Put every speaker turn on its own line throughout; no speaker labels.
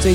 最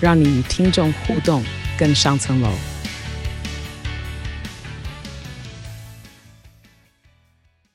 让你与听众互动更上层楼。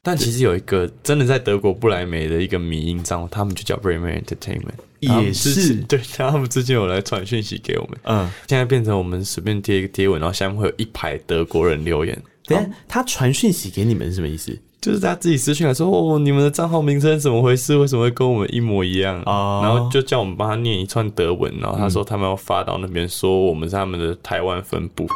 但其实有一个真的在德国布莱梅的一个迷音账户，他们就叫 Bremer Entertainment，他们
也
之
是
前对， 他们之前有来传讯息给我们，
嗯，
现在变成我们随便贴一个贴文，然后下面会有一排德国人留言，
等一下他传讯息给你们是什么意思？
就是他自己私讯来说，哦，你们的账号名称怎么回事？为什么会跟我们一模一样？
哦
然后就叫我们帮他念一串德文，然后他说他们要发到那边，说我们是他们的台湾分部。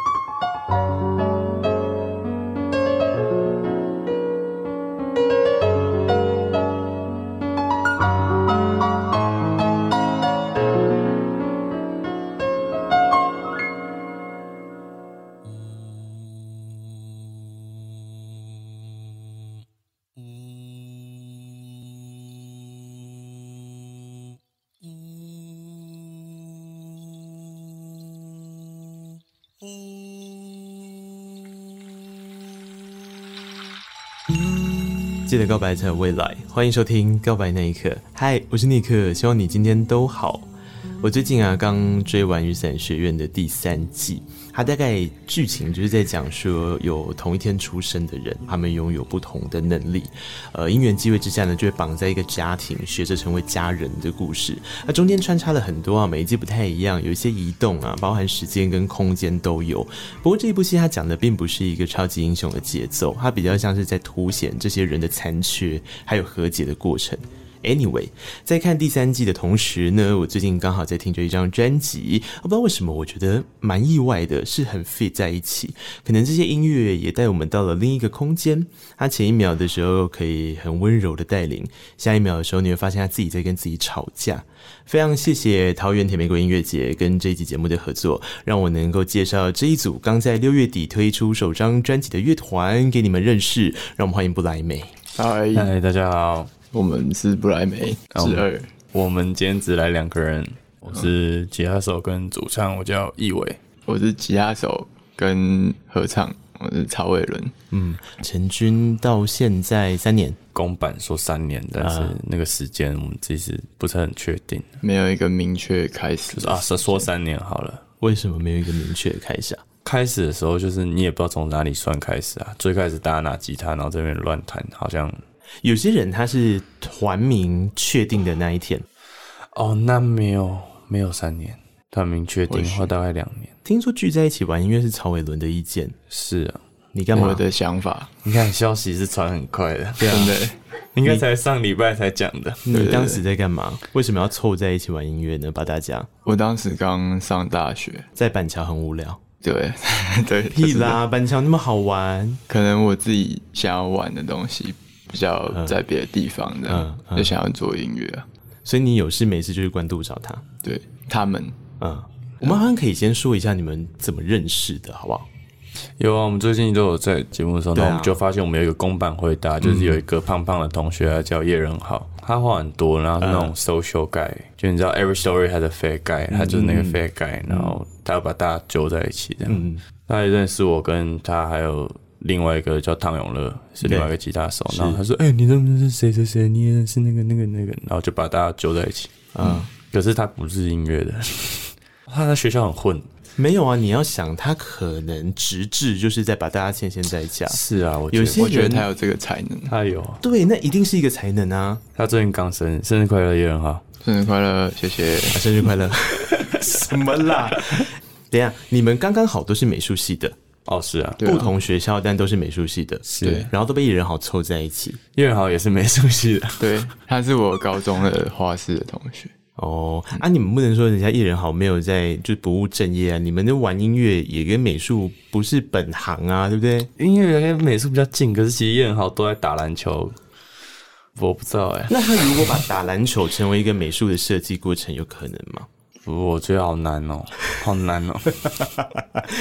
记得告白才有未来，欢迎收听《告白那一刻》。嗨，我是尼克，希望你今天都好。我最近啊刚追完《雨伞学院》的第三季，它大概剧情就是在讲说有同一天出生的人，他们拥有不同的能力，呃，因缘机会之下呢，就会绑在一个家庭，学着成为家人的故事。那中间穿插了很多啊，每一季不太一样，有一些移动啊，包含时间跟空间都有。不过这一部戏它讲的并不是一个超级英雄的节奏，它比较像是在凸显这些人的残缺，还有和解的过程。Anyway，在看第三季的同时呢，我最近刚好在听着一张专辑，我不知道为什么，我觉得蛮意外的，是很 fit 在一起。可能这些音乐也带我们到了另一个空间。他前一秒的时候可以很温柔的带领，下一秒的时候你会发现他自己在跟自己吵架。非常谢谢桃园甜玫瑰音乐节跟这一集节目的合作，让我能够介绍这一组刚在六月底推出首张专辑的乐团给你们认识。让我们欢迎布莱梅。
嗨，
嗨，大家好，
我们是布莱梅
哦
之二，
我们今天只来两个人，我是吉他手跟主唱，我叫易伟。
我是吉他手跟合唱，我是曹伟伦。
嗯，陈军到现在三年，
公版说三年，但
啊
是那个时间我们自己是不是很确定？
没有一个明确开始
就是啊，说说三年好了。
为什么没有一个明确的开始啊？
开始的时候就是你也不知道从哪里算开始啊，最开始大家拿吉他，然后这边乱弹，好像
有些人他是团名确定的那一天，
哦，那没有没有三年，他明确定
或许
后大概两年。
听说聚在一起玩音乐是曹伟伦的意见，
是啊，
你干嘛
我？的想法，
你看消息是传很快的，
对
真，
啊
的
应该才上礼拜才讲的。
你当时在干嘛？为什么要凑在一起玩音乐呢？把大家
我当时刚上大学，
在板桥很无聊，
对 对，
屁
就是
啦，板桥那么好玩，
可能我自己想要玩的东西比较在别的地方的，
嗯嗯
就想要做音乐啊。
所以你有事没事就去关渡找他。
对他们，
嗯，我们好像可以先说一下你们怎么认识的，好不好？
有啊，我们最近都有在节目的时候，
对
然
啊嗯
后我们就发现我们有一个公版会搭，就是有一个胖胖的同学、啊、叫叶仁豪，他话很多，然后是那种
嗯
social guy，、就你知道 every story has a fair guy，他就是
嗯
那个 fair guy，、然后他把大家揪在一起这样。他也认识我跟他还有。另外一个叫汤永乐，是另外一个吉他手。然后他说：“哎、你认不认识谁谁谁？你也认识那个那个那个？”然后就把大家揪在一起。
嗯，
可是他不是音乐的， 他在学校很混。
没有啊，你要想他可能直至就是在把大家牵线在一起啊。
是啊，我
有
觉得
些
我觉得
人
他有这个才能。
他有啊，
对，那一定是一个才能啊！
他最近刚生日，生日快乐，叶仁豪。
生日快乐，谢谢。
啊生日快乐！什么啦？等一下，你们刚刚好都是美术系的，
哦，是啊，
啊
不同学校，但都是美术系的，
是
然后都被艺人好凑在一起。
叶仁豪也是美术系 的。
对，他是我高中的画室的同学。
哦，啊，你们不能说人家艺人好没有在，就是不务正业啊！你们那玩音乐也跟美术不是本行啊，对不对？
音乐跟美术比较近，可是其实叶仁豪都在打篮球。我不知道哎、
那他如果把打篮球成为一个美术的设计过程，有可能吗？
我觉得好难哦，好难哦，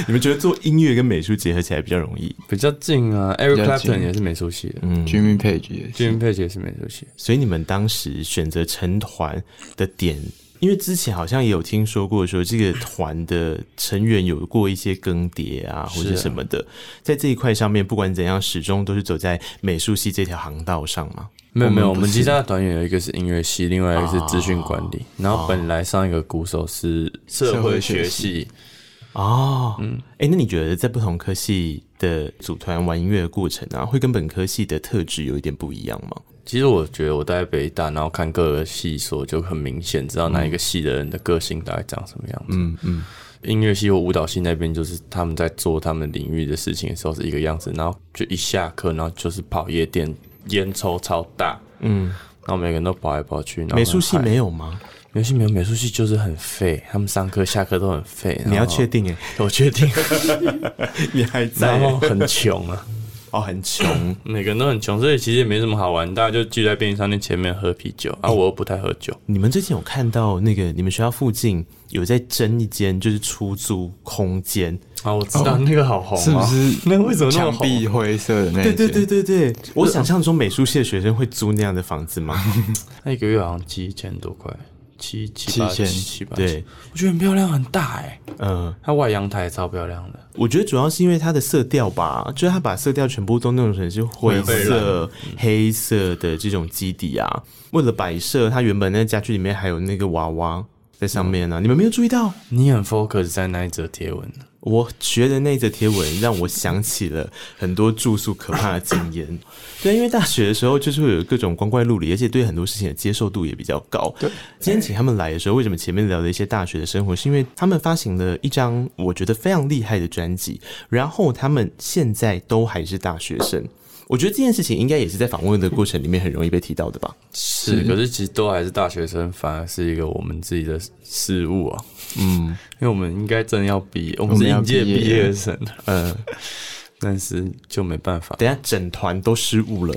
你们觉得做音乐跟美术结合起来比较容易？
比较近嗯啊。Eric
比较近
Clapton 也是美术系的
嗯
，Jimmy Page 也是，
，Jim Page 也是美术系的。
所以你们当时选择成团的点，因为之前好像也有听说过说这个团的成员有过一些更迭啊，或者什么的，在这一块上面，不管怎样，始终都是走在美术系这条航道上嘛。
没有没有，我
我们不
们
是
吉他团员有一个是音乐系，另外一个是资讯管理。然后本来上一个鼓手是哦社会学系，
哦，嗯，哎、那你觉得在不同科系的组团玩音乐的过程啊，会跟本科系的特质有一点不一样吗？
其实我觉得我待在北大，然后看各个系所就很明显知道哪一个系的人的个性大概长什么样子。
嗯嗯，
音乐系或舞蹈系那边，就是他们在做他们领域的事情的时候是一个样子，然后就一下课，然后就是跑夜店，烟抽超大，
嗯，
然后每个人都跑来跑去。然后
美术系
很嗨
没有吗？
美术系没有，美术系就是很废，他们上课下课都很废。
你要
然后
确定哎、
我确定，
你还 在
然
欸
后很穷啊。
哦，很穷
每个人都很穷，所以其实也没什么好玩，大家就聚在便利商店前面喝啤酒啊。我又不太喝酒，
你们之前有看到那个你们学校附近有在争一间就是出租空间？
啊，我知道、那个好红、啊，
是不？是？
那为什么那么
墙
红
壁灰色的那一
哎对对对
间，
对对，我想象中美术系的学生会租那样的房子吗？
那一个月好像七千多块，七七八
七千
七八，
对，
我觉得很漂亮，很大哎、
嗯，
它外阳台也超漂亮的，
我觉得主要是因为它的色调吧，就是它把色调全部都弄成是灰色、黑色的这种基底啊。为了摆设，它原本那家具里面还有那个娃娃在上面呢、啊，你们没有注意到？
你很 focus 在那一则贴文，
我觉得那则贴文让我想起了很多住宿可怕的经 验。对，因为大学的时候就是会有各种光怪陆离，而且对很多事情的接受度也比较高。对，今天请他们来的时候，为什么前面聊了一些大学的生活，是因为他们发行了一张我觉得非常厉害的专辑，然后他们现在都还是大学生。我觉得这件事情应该也是在访问的过程里面很容易被提到的吧。
是，可是其实都还是大学生，反而是一个我们自己的事物啊。
嗯，
因为我们应该真的要毕业，我们
我
是
们要
应届
毕业
毕业生， 呃，但是就没办法，
等一下啊整团都失误了。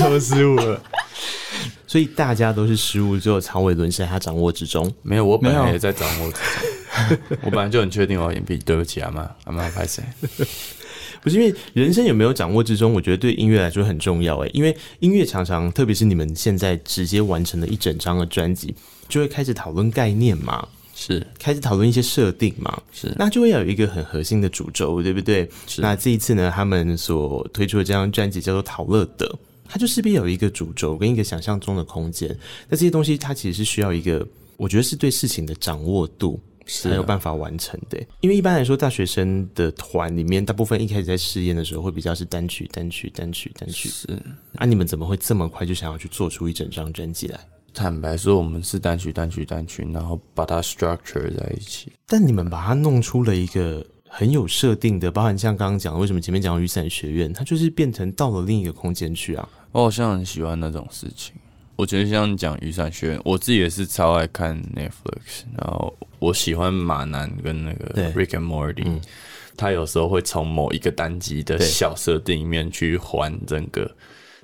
都失误了。
所以大家都是失误，只有曹伟伦是在他掌握之中。
没有，我本
没
来
有
也在掌握自己我本来就很确定我要演 B，对不起阿妈，阿妈拍谁？
不是因为人生有没有掌握之中，我觉得对音乐来说很重要欸诶，因为音乐常常，特别是你们现在直接完成了一整张的专辑，就会开始讨论概念嘛，
是
开始讨论一些设定嘛，
是
那就会要有一个很核心的主轴，对不对？那这一次呢，他们所推出的这张专辑叫做《讨乐德》。它就势必有一个主轴跟一个想象中的空间，那这些东西它其实是需要一个，我觉得是对事情的掌握度才有办法完成的。因为一般来说，大学生的团里面，大部分一开始在试验的时候会比较是单曲、单曲、单曲、单曲。
是，
啊，你们怎么会这么快就想要去做出一整张专辑来？
坦白说，我们是单曲单曲单曲，然后把它 structure 在一起。
但你们把它弄出了一个很有设定的，包含像刚刚讲的，为什么前面讲雨伞学院，它就是变成到了另一个空间去啊。
我好像很喜欢那种事情。我觉得像你讲雨伞学院，我自己也是超爱看 Netflix，然后我喜欢马南跟那
对
个 Rick and Morty，、他有时候会从某一个单集的小设定里面去还整个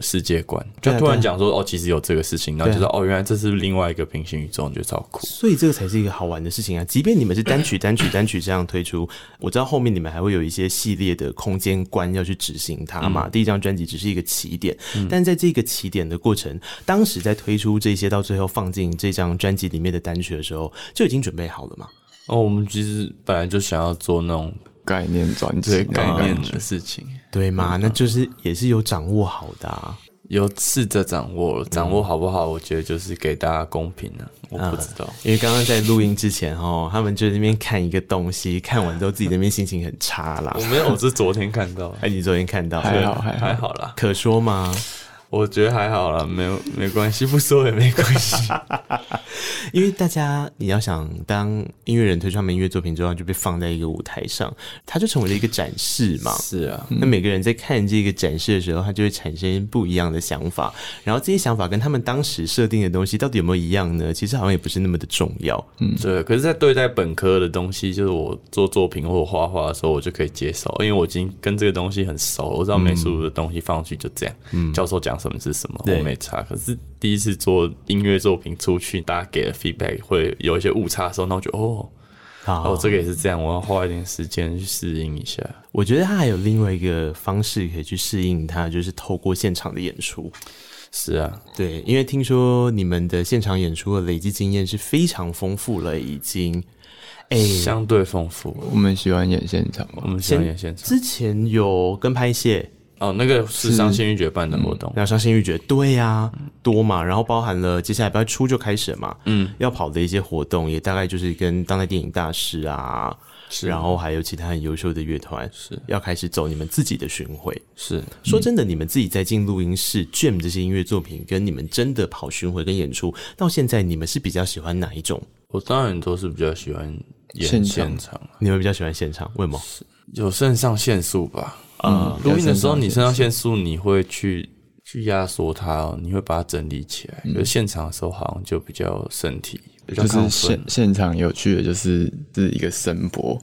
世界观，
对
就
啊
突然
对啊
讲说、哦，其实有这个事情，然后就说、哦，原来这是另外一个平行宇宙，你觉得超酷。
所以这个才是一个好玩的事情啊！即便你们是单曲、单曲、单曲这样推出，我知道后面你们还会有一些系列的空间观要去执行它嘛。第一张专辑只是一个起点，但在这个起点的过程，当时在推出这些到最后放进这张专辑里面的单曲的时候，就已经准备好了嘛。
哦，我们其实本来就想要做那种
概念专辑
最
那种
概念啊
感觉
的事情，
对嘛？那就是也是有掌握好的啊。
有试着掌握，掌握好不好？我觉得就是给大家公平了、我不知道。
因为刚刚在录音之前哦，他们就在那边看一个东西，看完之后自己那边心情很差 啦
我。没有，我是昨天看到，
哎，你昨天看到
还好还 好
还好啦，
可说吗？
我觉得还好啦，没有没关系，不说也没关系。
因为大家，你要想当音乐人推出他们音乐作品之后，就被放在一个舞台上，它就成为了一个展示嘛。
是 啊，
嗯
那每个人在看这个展示的时候，他就会产生不一样的想法，然后这些想法跟他们当时设定的东西到底有没有一样呢？其实好像也不是那么的重要。
嗯
对。可是，在对待本科的东西，就是我做作品或者画画的时候，我就可以接受，因为我已经跟这个嗯东西很熟了，我知道美术的东西放上去就这样，教授讲什么是什么，
对
我没差。可是第一次做音乐作品出去，大家给的 feedback 会有一些误差的时候，那我觉得哦，
好，
哦，这个也是这样，我要花一点时间去适应一下。
我觉得他还有另外一个方式可以去适应它，就是透过现场的演出。
是啊，
对，因为听说你们的现场演出的累积经验是非常丰富了，已经。哎、
相对丰富。
我们喜欢演现场
我
嘛，
们喜欢演现场
之前有跟拍戏，
哦，那个是伤心欲绝办的活动，
然后伤心欲绝，对呀、多嘛，然后包含了接下来八月初就开始了嘛，嗯，要跑的一些活动也大概就是跟当代电影大师啊，
是
然后还有其他很优秀的乐团，是嗯要开始走你们自己的巡回。
是
说真的，你们自己在进录音室 jam 这些音乐作品，跟你们真的跑巡回跟演出，到现在你们是比较喜欢哪一种？
我当然都是比较喜欢演
现场
现场，啊
你们比较喜欢现场？为什么？
有肾上腺素吧？
嗯，
录音的时候，你
身
肾上
上
腺素你会去去压缩它、哦，你会把它整理起来。可是现场的时候好像就比较身体比较
就
亢
是
奋
现，现场有趣的，就是是一个声波，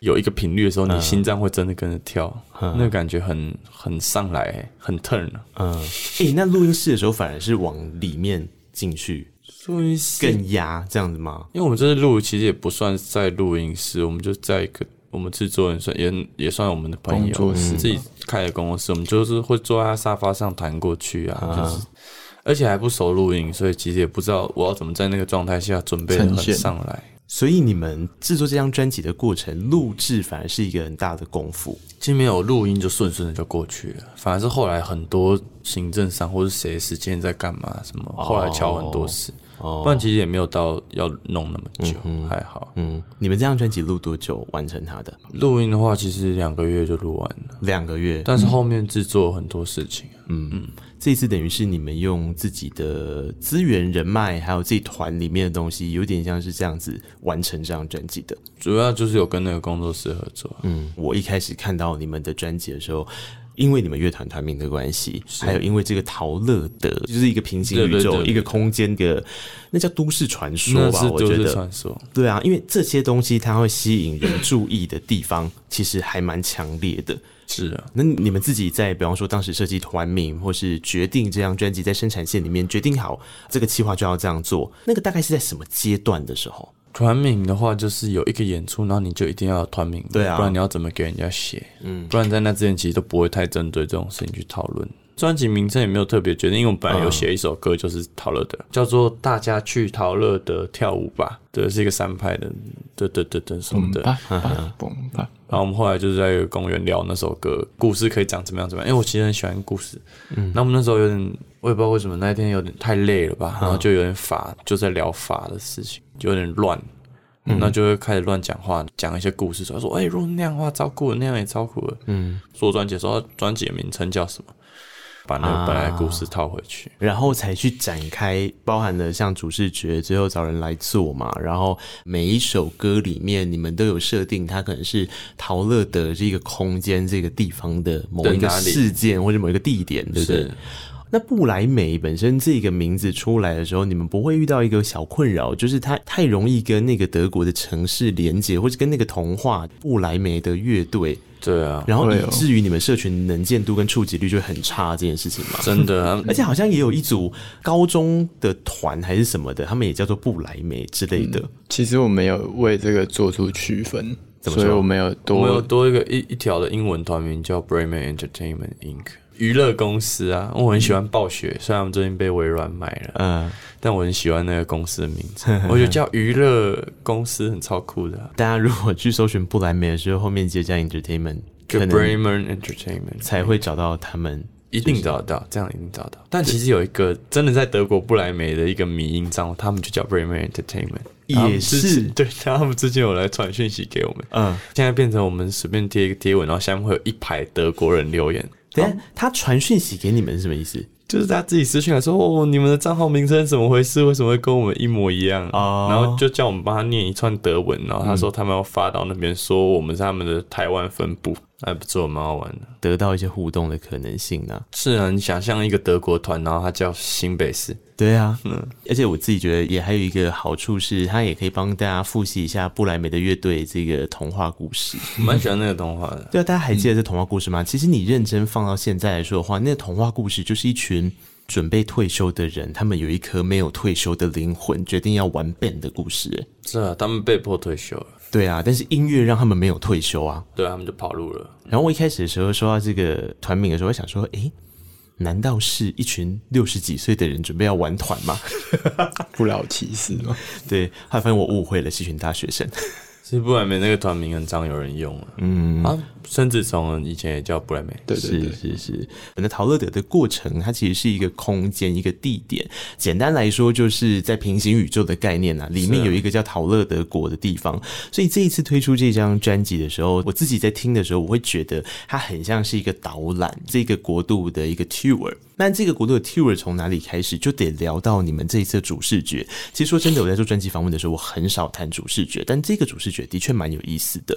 有一个频率的时候，你心脏会真的跟着跳，那感觉很很上来，很 turn 啊。
嗯，诶、那录音室的时候反而是往里面进去，
录音室，
更压这样子吗？
因为我们这次录其实也不算在录音室，我们就在一个我们制作人算也也算我们的朋
工
友，嗯
作室
自己开的工作室，我们就是会坐在他沙发上弹过去啊，
嗯
就是。而且还不熟录音，所以其实也不知道我要怎么在那个状态下准备的很
呈现
上来。
所以你们制作这张专辑的过程，录制反而是一个很大的功夫。
其实没有录音就顺顺的就过去了，反而是后来很多行政上或是谁时间在干嘛什么，
哦
后来敲很多次，不然其实也没有到要弄那么久，还好。
嗯，你们这张专辑录多久完成它的？
录音的话，其实两个月就录完了，
两个月。
但是后面制作很多事情，啊
这一次等于是你们用自己的资源、人脉，还有自己团里面的东西，有点像是这样子完成这张专辑的。
主要就是有跟那个工作室合作，啊
嗯，我一开始看到你们的专辑的时候。因为你们乐团团名的关系，还有因为这个陶乐德就是一个平行宇宙、
对对对对
一个空间的，那叫都市传说
那
吧？
是
我
都
觉
市
得
传说。
对啊，因为这些东西它会吸引人注意的地方，其实还蛮强烈的。
是啊，
那你们自己在，比方说当时设计团名，或是决定这张专辑在生产线里面决定好这个企划就要这样做，那个大概是在什么阶段的时候？
团名的话，就是有一个演出，然后你就一定要有团名，
对啊
不然你要怎么给人家写？嗯，不然在那之前其实都不会太针对这种事情去讨论。专辑名称也没有特别决定，因为我本来有写一首歌，就是陶乐德，叫做《大家去陶乐德跳舞吧》，对，是一个三拍的，对对对对嗯什么的。
啪啪嘣啪，
然后我们后来就是在一个公园聊那首歌，故事可以讲怎么样怎么样，因为我其实很喜欢故事。嗯，那我们那时候有点，我也不知道为什么那一天有点太累了吧，然后就有点法，就在聊法的事情，就有点乱，那就会开始乱讲话，讲一些故事，说说，哎、如果那样的话，照顾了那样也照顾了。嗯，做专辑的时候，专辑的名称叫什么？把那个本来的故事套回去。
然后才去展开，包含了像主视觉，最后找人来做嘛。然后每一首歌里面，你们都有设定，它可能是陶乐德这个空间、这个地方的某一
在
个
哪里
事件或者某一个地点，对不对
是？
那布莱梅本身这个名字出来的时候，你们不会遇到一个小困扰，就是它太容易跟那个德国的城市连接，或者跟那个童话布莱梅的乐队，
对啊，
然后
会
以
哦
至于你们社群能见度跟触及率就会很差这件事情嘛。
真的 啊，
而且好像也有一组高中的团还是什么的，他们也叫做布莱梅之类的。
其实我没有为这个做出区分，所以我没有
我们有
多
多一个一一条的英文团名叫 Bremen Entertainment Inc。娱乐公司啊，我很喜欢暴雪，虽然我们最近被微软买了，
嗯，
但我很喜欢那个公司的名 字，我觉得叫娱乐公司很超酷的、啊，
大家如果去搜寻布莱梅的时候，后面接加 entertainment，
就
可能
Bremen Entertainment
才会找到他们。
一定找得到，这样一定找得到。但其实有一个真的在德国布莱梅的一个迷音账户，他们就叫 Bremen Entertainment，
也
他们之前
是
对，他们之前有来传讯息给我们，
嗯，
现在变成我们随便贴一个贴文，然后下面会有一排德国人留言，
等一下啊他传讯息给你们是什么意思？
就是他自己私讯来说，哦，你们的账号名称怎么回事？为什么会跟我们一模一样？
哦
然后就叫我们帮他念一串德文，然后他说他们要发到那边，说我们是他们的台湾分部，还不错，蛮好玩的。
得到一些互动的可能性呢、
是啊，你想象一个德国团，然后他叫新北市，
对啊，嗯，而且我自己觉得也还有一个好处是，它也可以帮大家复习一下布莱梅的乐队这个童话故事。
我蛮喜欢那个动画的。
对啊，大家还记得这童话故事吗？其实你认真放到现在来说的话，那个童话故事就是一群准备退休的人，他们有一颗没有退休的灵魂，决定要玩 band 的故事。欸
是啊，他们被迫退休了，
对啊，但是音乐让他们没有退休啊。
对他们就跑路了。
然后我一开始的时候说到这个团名的时候，我想说，诶，难道是一群六十几岁的人准备要玩团吗？
不老骑士嘛，
对，后来发现我误会了，是一群大学生。
是布莱梅那个团名很常有人用了，嗯啊，甚至从以前也叫布莱梅，
对对对
是，是是，本来陶乐德的过程，它其实是一个空间，一个地点。简单来说，就是在平行宇宙的概念啊，里面有一个叫陶乐德国的地方。所以这一次推出这张专辑的时候，我自己在听的时候，我会觉得它很像是一个导览这个国度的一个 tour。那这个国度的 tour 从哪里开始，就得聊到你们这一次的主视觉。其实说真的，我在做专辑访问的时候，我很少谈主视觉，但这个主视觉的确蛮有意思的。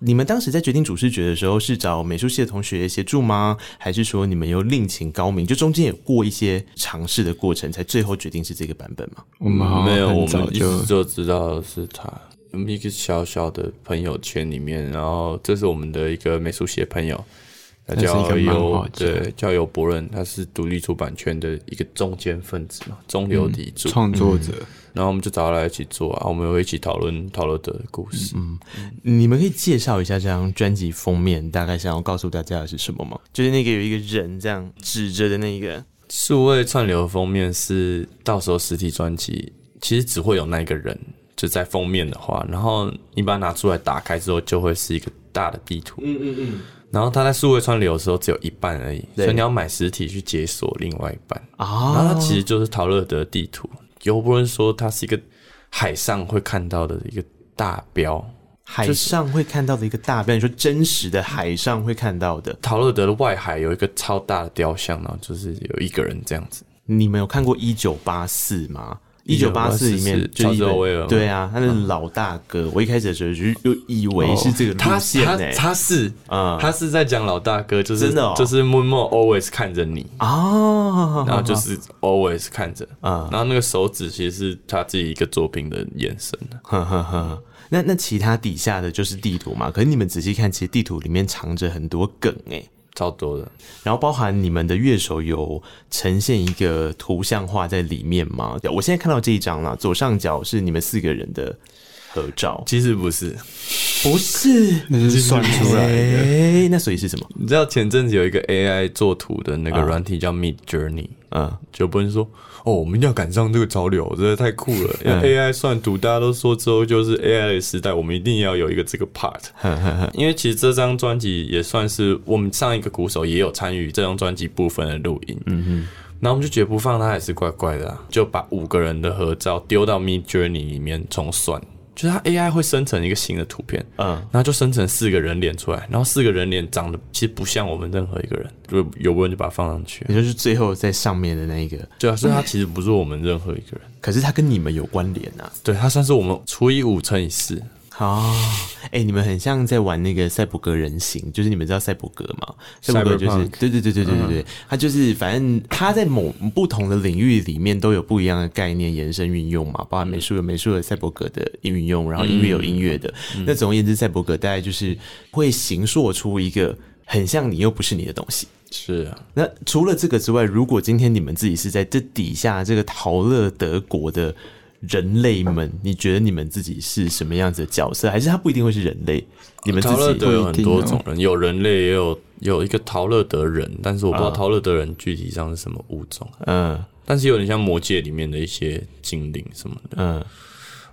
你们当时在决定主视觉的时候，是找美术系的同学协助吗？还是说你们又另请高明？就中间有过一些尝试的过程，才最后决定是这个版本吗？
我们好
没
像
有，我
很
们
早
一
就
直就知道是他。我们一个小小的朋友圈里面，然后这是我们的一个美术系的朋友，他
是一
叫
个漫
尤
画，家
对，叫尤伯伦，他是独立出版圈的一个中间分子嘛，中流砥柱。
创作者，
然后我们就找他来一起做啊，我们会一起讨论讨论的故事。
嗯
你们可以介绍一下这张专辑封面，大概想要告诉大家的是什么吗？就是那个有一个人这样指着的那个，
数位串流封面是到时候实体专辑，其实只会有那一个人，就在封面的话，然后你把它拿出来打开之后，就会是一个大的地图。嗯嗯嗯。然后它在数位串流的时候只有一半而已，
对
所以你要买实体去解锁另外一半。
啊
然后它其实就是陶乐德地图。尤伯伦说它是一个海上会看到的一个大标，
海上会看到的一个大标，你说真实的海上会看到的。
陶乐德的外海有一个超大的雕像，然后就是有一个人这样子。
你们有看过《一九八四》吗？一九八四
1984
里面
是
就是一
乔治
本
欧威尔吗嗯
对啊，他是老大哥。我一开始的时候就就以为是这个
哦他
路线欸
他
呢、
他是
嗯
他是在讲老大哥，就是
真的哦
就是默默 always 看着你，
啊，
然后就是 always 看着，
嗯
然后那个手指其实是他自己一个作品的眼神，啊
呵呵呵。那那其他底下的就是地图嘛，可是你们仔细看，其实地图里面藏着很多梗诶、
超多的。
然后包含你们的乐手有呈现一个图像化在里面吗？我现在看到这一张啦，左上角是你们四个人的合照，
其实不是，
不是？
那是算出来的。
哎，那所以是什么？
你知道前阵子有一个 AI 做图的那个
啊
软体叫 Mid Journey，
嗯，
就不能说哦，我们一定要赶上这个潮流，真的太酷了。
嗯
要 AI 算图，大家都说之后就是 AI 的时代，我们一定要有一个这个 part。因为其实这张专辑也算是我们上一个鼓手也有参与这张专辑部分的录音，嗯哼。然后我们就觉得不放他也是怪怪的、啊，就把五个人的合照丢到 Mid Journey 里面重算，就是它 AI 会生成一个新的图片，
嗯
然后就生成四个人脸出来，然后四个人脸长得其实不像我们任何一个人，就有人就把它放上去了，
也就是最后在上面的那一个，
对啊，所以它其实不是我们任何一个人。
可是它跟你们有关联啊。
对，它算是我们除以五乘以四，
哦，哎、你们很像在玩那个赛博格人形，就是你们知道赛博格吗？赛博格就是
Cyberpunk
对对对对对对对，它就是反正它在某不同的领域里面都有不一样的概念延伸运用嘛，包含美术有美术的赛博格的运用，然后音乐有音乐的。那总而言之，赛博格大概就是会形塑出一个很像你又不是你的东西。
是啊，
那除了这个之外，如果今天你们自己是在这底下这个陶乐德国的人类们，你觉得你们自己是什么样子的角色？还是他不一定会是人类？你们自
陶乐
己
德有很
不
多
一定
种
哦
人，有人类，也有有一个陶乐德人，但是我不知道
啊
陶乐德人具体上是什么物种，啊
嗯
但是有点像魔界里面的一些精灵什么的。
嗯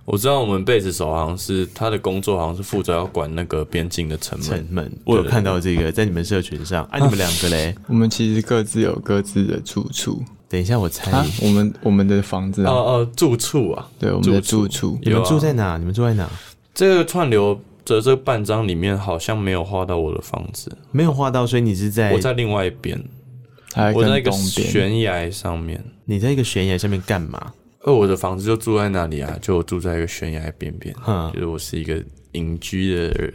我知道我们贝斯手好像是他的工作，好像是负责要管那个边境的城
沉
门。
闷。我有看到这个在你们社群上啊，你们两个嘞，
我们其实各自有各自的住处
等一下我猜、
啊，我们我们的房子
嗯哦
啊，
哦，住处啊，
对，我们的
住
住处，
你们
有啊
住在哪？你们住在哪？
这个串流的这半张里面好像没有画到我的房子，
没有画到，所以你是在
我在另外一边，
它
我在一
跟
个
东边，
悬崖上面。
你在一个悬崖上面干嘛？
呃，我的房子就住在那里啊，就我住在一个悬崖边边，
哼
就是我是一个隐居的人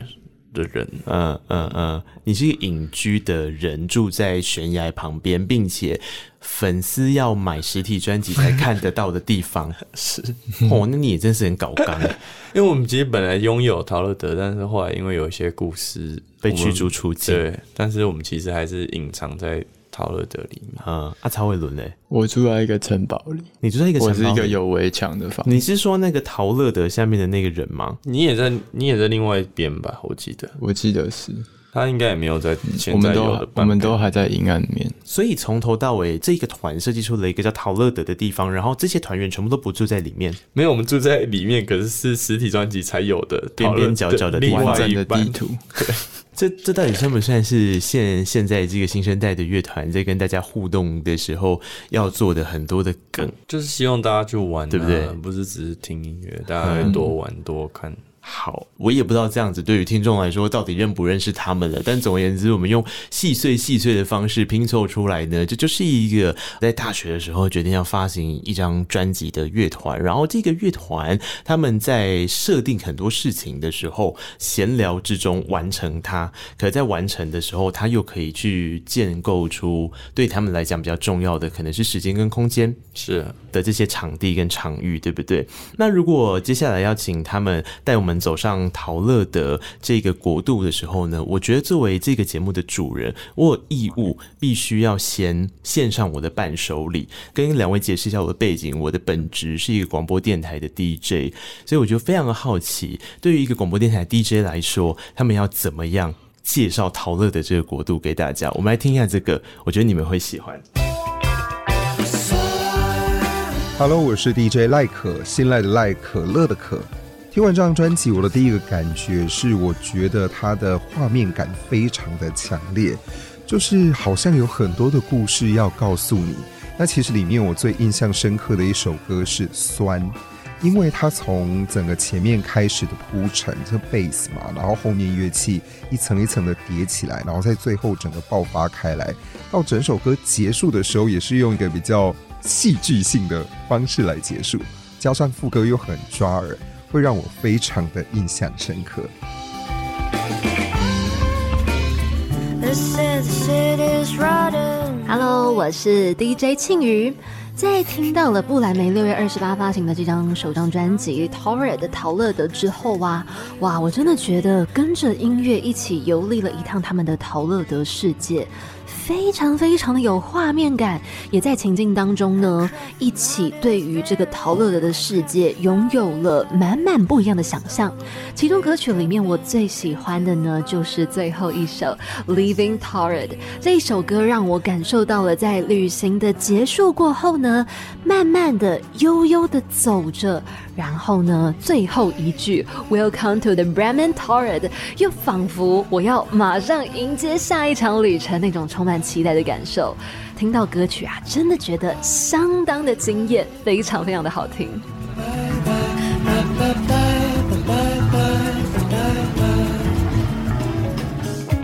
的人，
嗯嗯嗯，你是一个隐居的人，住在悬崖旁边，并且粉丝要买实体专辑才看得到的地方。是哦，那你也真是很搞刚，
因为我们其实本来拥有陶乐德，但是后来因为有一些故事
被
我们
驱逐出境。
对，但是我们其实还是隐藏在陶乐德里面。
嗯，啊，曹伟伦嘞，
我住在一个城堡里，
你住在一个
我
城
是
堡
一个
里，
有围墙的房，
你是说那个陶乐德下面的那个人吗？
你也在，你也在另外一边吧？我记得
我记得是，
他应该也没有在
我
现在
们
有的
都我
版
们
本。
都还在阴暗面，
所以从头到尾，这个团设计出了一个叫陶乐德的地方，然后这些团员全部都不住在里面。
没有，我们住在里面，可是是实体专辑才有的
边
讨论
边角角的地
另
方
完
外
整
一
的
版
地。图，
这这到底算不算是现现在这个新生代的乐团在跟大家互动的时候要做的很多的梗？
就是希望大家去玩、啊，
对不对
不嗯是只是听音乐，大家会多玩多看。
好，我也不知道这样子对于听众来说到底认不认识他们了。但总而言之，我们用细碎细碎的方式拼凑出来呢，这就是一个在大学的时候决定要发行一张专辑的乐团。然后这个乐团他们在设定很多事情的时候，闲聊之中完成它，可在完成的时候，他又可以去建构出对他们来讲比较重要的，可能是时间跟空间。
是啊，
的这些场地跟场域，对不对？那如果接下来要请他们带我们走上陶乐德这个国度的时候呢，我觉得作为这个节目的主人，我有义务必须要先献上我的伴手礼，跟两位解释一下我的背景。我的本职是一个广播电台的 DJ，所以我就非常的好奇，对于一个广播电台 DJ 来说，他们要怎么样？介绍陶乐的这个国度给大家，我们来听一下这个，我觉得你们会喜欢。
Hello，我是 DJ 赖可，信赖的赖，可乐的可。听完这张专辑，我的第一个感觉是，我觉得它的画面感非常的强烈，就是好像有很多的故事要告诉你。那其实里面我最印象深刻的一首歌是《酸》，因为它从整个前面开始的铺陈，就 bass 嘛，然后后面乐器一层一层的叠起来，然后在最后整个爆发开来，到整首歌结束的时候，也是用一个比较戏剧性的方式来结束，加上副歌又很抓耳，会让我非常的印象深刻。
This is city's rotten.
Hello，我是 DJ 庆余。在听到了布莱梅六月二十八发行的这张首张专辑《Torre 的陶乐德》之后啊，哇，我真的觉得跟着音乐一起游历了一趟他们的陶乐德世界，非常非常的有画面感，也在情境当中呢，一起对于这个陶乐德的世界拥有了满满不一样的想象。其中歌曲里面我最喜欢的呢，就是最后一首《Leaving Torrid》这一首歌，让我感受到了在旅行的结束过后呢，慢慢的、悠悠的走着，然后呢，最后一句 “Welcome to the Bremen Torrid”，又仿佛我要马上迎接下一场旅程那种充满期待的感受。听到歌曲啊，真的觉得相当的惊艳，非常非常的好听。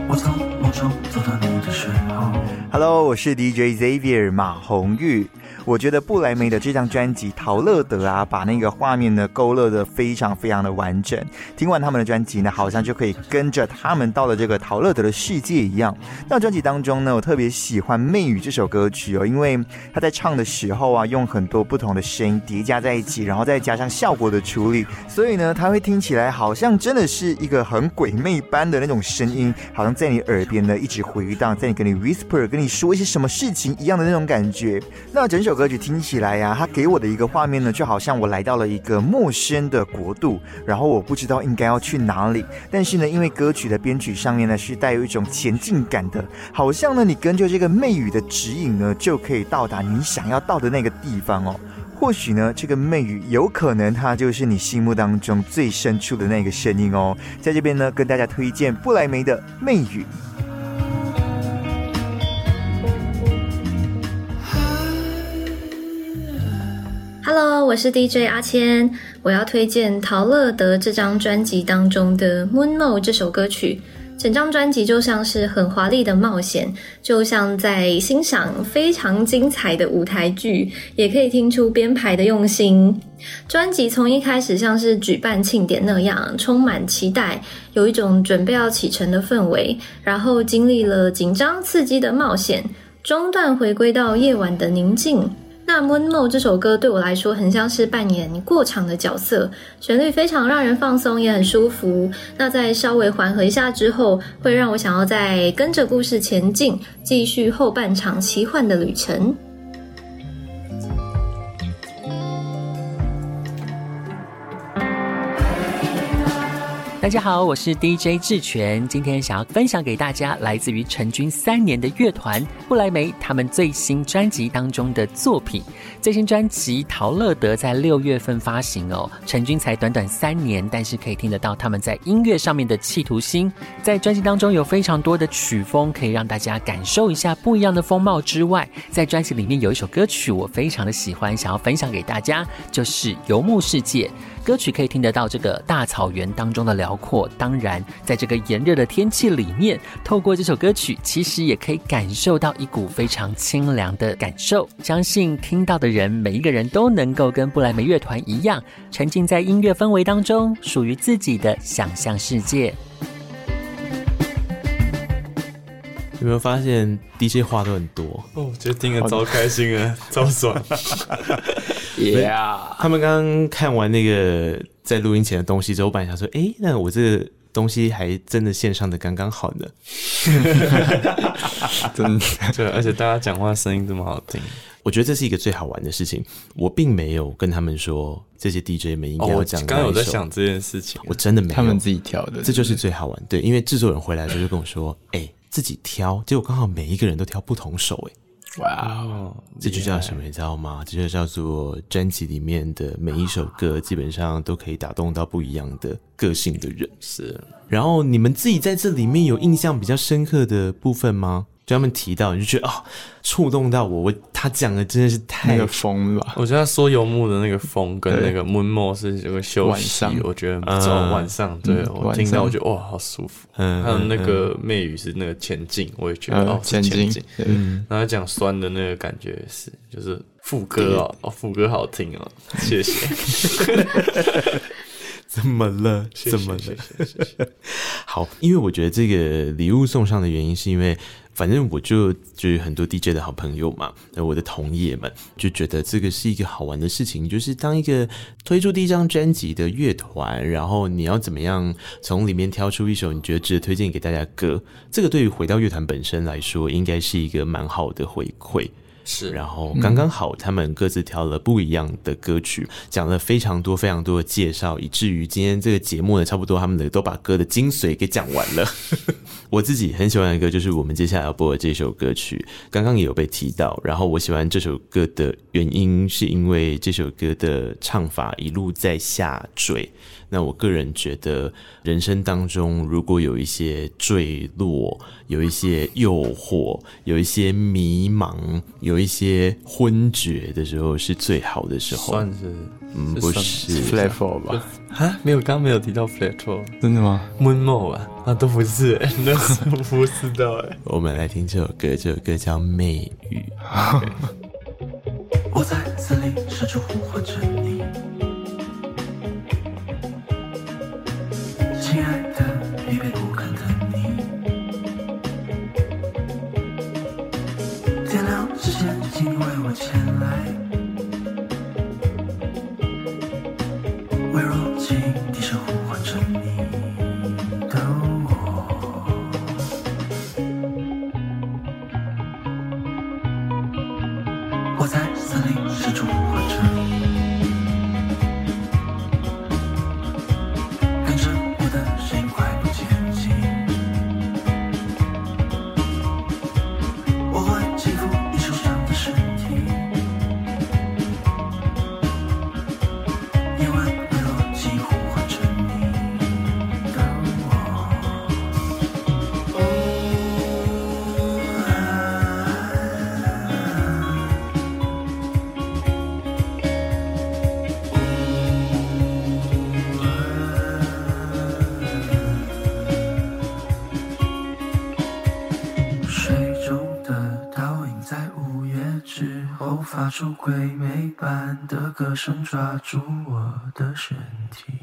我从梦中走到你的时候。
Hello，我是 DJ Xavier 马红玉。我觉得布莱梅的这张专辑《陶乐德》啊，把那个画面呢勾勒的非常非常的完整。听完他们的专辑呢，好像就可以跟着他们到了这个陶乐德的世界一样。那专辑当中呢，我特别喜欢《媚语》这首歌曲哦，因为他在唱的时候啊，用很多不同的声音叠加在一起，然后再加上效果的处理，所以呢，它会听起来好像真的是一个很鬼魅般的那种声音，好像在你耳边呢一直回荡，在你跟你 whisper 跟你说一些什么事情一样的那种感觉。那整首歌曲听起来呀、啊它给我的一个画面呢，就好像我来到了一个陌生的国度，然后我不知道应该要去哪里，但是呢，因为歌曲的编曲上面呢是带有一种前进感的，好像呢你跟着这个魅语的指引呢，就可以到达你想要到的那个地方哦。或许呢，这个魅语有可能它就是你心目当中最深处的那个声音哦。在这边呢，跟大家推荐布莱梅的《魅语》。
Hello，我是 DJ 阿谦，我要推荐陶乐德这张专辑当中的《Moon Mo》这首歌曲。整张专辑就像是很华丽的冒险，就像在欣赏非常精彩的舞台剧，也可以听出编排的用心。专辑从一开始像是举办庆典那样，充满期待，有一种准备要启程的氛围，然后经历了紧张刺激的冒险，中段回归到夜晚的宁静，那《Moon Mo》这首歌对我来说很像是扮演过场的角色，旋律非常让人放松，也很舒服。那在稍微缓和一下之后，会让我想要再跟着故事前进，继续后半场奇幻的旅程。
大家好，我是 DJ 志全，今天想要分享给大家来自于成军三年的乐团布莱梅他们最新专辑当中的作品。最新专辑《陶乐德》在六月份发行哦，成军才短短三年，但是可以听得到他们在音乐上面的企图心。在专辑当中有非常多的曲风可以让大家感受一下不一样的风貌之外，在专辑里面有一首歌曲我非常的喜欢，想要分享给大家，就是《游牧世界》。歌曲可以听得到这个大草原当中的辽阔，当然，在这个炎热的天气里面，透过这首歌曲，其实也可以感受到一股非常清凉的感受。相信听到的人，每一个人都能够跟布莱梅乐团一样，沉浸在音乐氛围当中，属于自己的想象世界。
有没有发现 DJ 话都很多？
哦，我觉得听了超开心啊，超爽。
Yeah，他们刚刚看完那个在录音前的东西之后，我本来想说，诶，那我这个东西还真的线上的刚刚好呢。
真 的， 对，而且大家讲话声音这么好听，
我觉得这是一个最好玩的事情。我并没有跟他们说这些 DJ 们应该
哦
要
我
讲哪一首。
刚刚有在想这件事情
我真的没有，
他们自己挑的
这就是最好玩。对，因为制作人回来的时候就跟我说，诶，自己挑，结果刚好每一个人都挑不同首、诶。
哇哦，
这就叫什么，你知道吗？这就叫做专辑里面的每一首歌，基本上都可以打动到不一样的个性的人。
是，
然后你们自己在这里面有印象比较深刻的部分吗？就他们提到，你就觉得哦，触动到我，我他讲的真的是太
那
哦
个
疯了。
我觉得他说游牧的那个风跟那个 moon mo 是有个休
晚
息
上，
我觉得很不
嗯
错。晚上，对
嗯
我
晚
听
上
到我觉得哇，好舒服。
嗯
还有那
嗯
个魅语是那个前进，我也觉得
嗯
哦，是
前进
进
对。
嗯
然后讲酸的那个感觉也是，就是副歌哦，
嗯
哦，副歌好听 哦，谢谢。
怎么了？
谢
怎么
谢
了？ 好，因为我觉得这个礼物送上的原因，是因为反正我就就是很多 DJ 的好朋友嘛，呃，我的同业们就觉得这个是一个好玩的事情，就是当一个推出第一张专辑的乐团，然后你要怎么样从里面挑出一首你觉得值得推荐给大家的歌，这个对于回到乐团本身来说，应该是一个蛮好的回馈。
是，
然后刚刚好，他们各自挑了不一样的歌曲，讲了非常多非常多的介绍，以至于今天这个节目呢，差不多他们的都把歌的精髓给讲完了。我自己很喜欢的歌就是我们接下来要播的这首歌曲，刚刚也有被提到。然后我喜欢这首歌的原因，是因为这首歌的唱法一路在下坠。那我个人觉得，人生当中如果有一些坠落，有一些诱惑，有一些迷茫，有一些昏厥的时候，是最好的时候。
算是，
嗯，不是
f l a t f o r 吧？啊，没有，刚刚没有提到 f l a t f o r
真的吗？
moon mo 啊，啊，都不是，那是不知道哎。
我们来听这首歌，这首歌叫《媚语》。
我在森林深处呼唤着你，亲爱的，一别无感的你。天亮之前，请你为我前来。微弱轻低声呼唤着你的我。我在森林深处呼唤着，跟着我的声音快步前进。我会轻抚你受伤的身体，夜晚微弱轻呼唤着你的我。哦水中的倒影在午夜之后发出鬼魅般的歌声，抓住我的身体。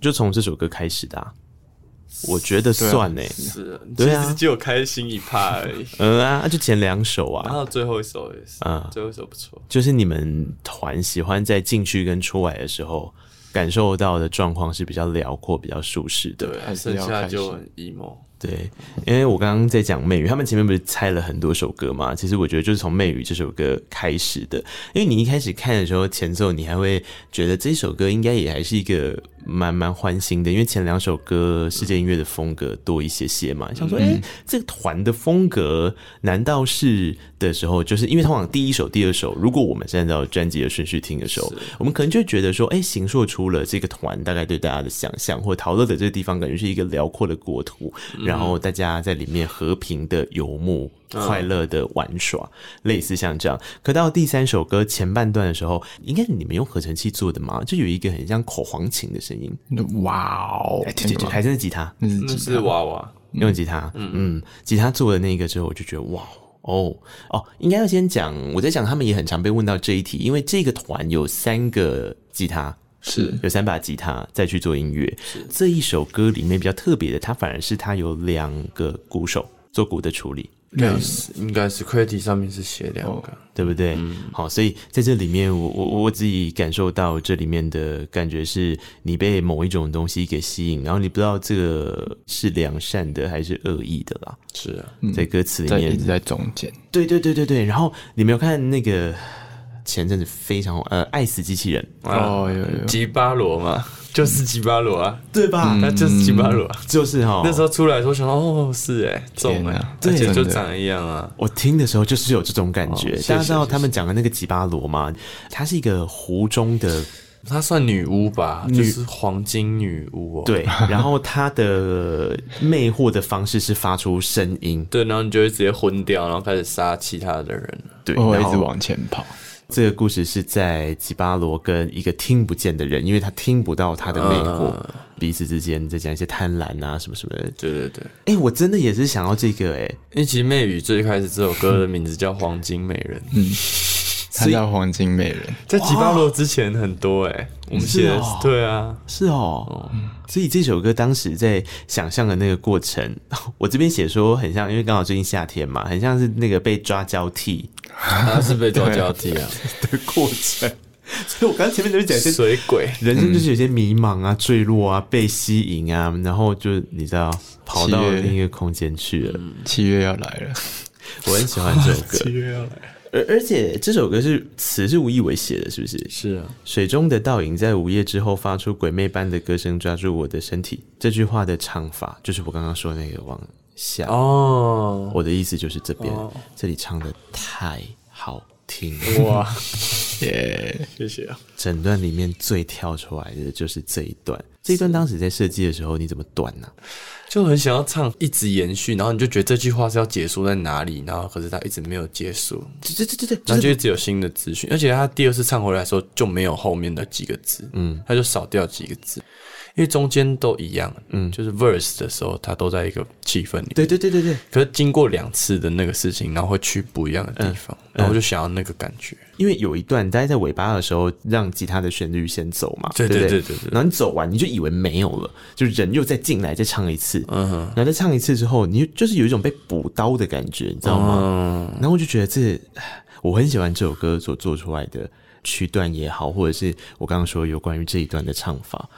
就从这首歌开始的啊、我觉得算呢、
是，
对
其
啊
实，只有开心一趴而 已。
嗯啊，就前两首啊，
然后最后一首也是，
啊
最后一首不错。
就是你们团喜欢在进去跟出来的时候感受到的状况是比较辽阔、比较舒适的。
对，啊剩下就很 emo。
对，因为我刚刚在讲媚语，他们前面不是猜了很多首歌嘛？其实我觉得就是从媚语这首歌开始的，因为你一开始看的时候，前奏你还会觉得这首歌应该也还是一个蛮蛮欢欣的，因为前两首歌世界音乐的风格多一些些嘛，想说，哎、这个团的风格难道是的时候，就是因为通常第一首、第二首，如果我们是按照专辑的顺序听的时候，我们可能就会觉得说，哎、形塑出了这个团大概对大家的想象，或陶乐的这个地方感觉是一个辽阔的国土，然后大家在里面和平的游牧。
嗯
快乐的玩耍，类似像这样。可到第三首歌前半段的时候，应该是你们用合成器做的嘛？就有一个很像口簧琴的声音，
哇哦！
对对对，还真是吉他，
那
那是娃娃，
用吉他，嗯吉他做的那个之后，我就觉得哇。哦哦，应该要先讲，我在讲他们也很常被问到这一题，因为这个团有三个吉他，
是
有三把吉他再去做音乐。这一首歌里面比较特别的，它反而是它有两个鼓手做鼓的处理，
对，哦是应该是 Credit 上面是写两个，
对不对？
嗯
好，所以在这里面，我我我自己感受到这里面的感觉是，你被某一种东西给吸引，然后你不知道这个是良善的还是恶意的啦。
是啊，
在歌词里
在
面
一直在中间，
对对对对对，然后你没有看那个前阵子非常红，呃，爱死机器人
哦嗯
有有
吉巴罗嘛，就是吉巴罗啊，
对吧？
他就是吉巴罗啊。
就是哈、
那时候出来的时候想到，哦，是哎，中哎，
对
而且就
真的
长得一样啊，
我听的时候就是有这种感觉。
哦谢谢
大家知道他们讲的那个吉巴罗嘛，它是一个湖 中的
她算女巫吧，
女
就是黄金女巫哦。
对，然后它的魅惑的方式是发出声音，
对，然后你就会直接昏掉，然后开始杀其他的人。
对，
我会
然
一直
后
往前跑。
这个故事是在吉巴罗跟一个听不见的人，因为他听不到他的魅惑，彼此之间在讲一些贪婪啊什么什么的。
对对对，
哎、我真的也是想要这个哎、
因为其实《媚语》最开始这首歌的名字叫《黄金美人》，
他叫黄金美人，
在吉巴罗之前很多哎、我们写的
是哦
对啊，
是哦，所以这首歌当时在想象的那个过程， 我这边写说很像，因为刚好最近夏天嘛，很像是那个被抓交替
他是被抓交替 啊，
的过程。 所以我刚刚前面都是讲一些
水鬼。
人生就是有些迷茫啊、坠落啊、被吸引啊，然后就你知道跑到
七月
另一个空间去了。
七月要来了，
我很喜欢这首 歌，
月要来，
而而且这首歌是词是吴亦伟写的，是不是？
是啊，
水中的倒影在午夜之后发出鬼魅般的歌声，抓住我的身体。这句话的唱法就是我刚刚说那个往下。
哦，
我的意思就是这边、
哦
这里唱的太好听了，
哇，
耶！
谢谢啊，
整段里面最跳出来的就是这一段。这一段当时在设计的时候你怎么断呢、
就很想要唱一直延续，然后你就觉得这句话是要结束在哪里，然后可是他一直没有结束，
对对对对对，
然
就
后就是一直有新的资讯，而且他第二次唱回来的时候就没有后面的几个字，嗯，他就少掉几个字，因为中间都一样，嗯，就是 verse 的时候他都在一个气氛里，
对对对对对，
可是经过两次的那个事情，然后会去不一样的地方，然后我就想要那个感觉。
因为有一段大家在尾巴的时候让吉他的旋律先走嘛，
对
对不
对
对
对对对
然后你走完你就以为没有了，就人又再进来再唱一次，
嗯哼，
然后再唱一次之后，你就就是有一种被补刀的感觉，你知道吗？
嗯，
然后我就觉得这，我很喜欢这首歌所做出来的曲段也好，或者是我刚刚说有关于这一段的唱法。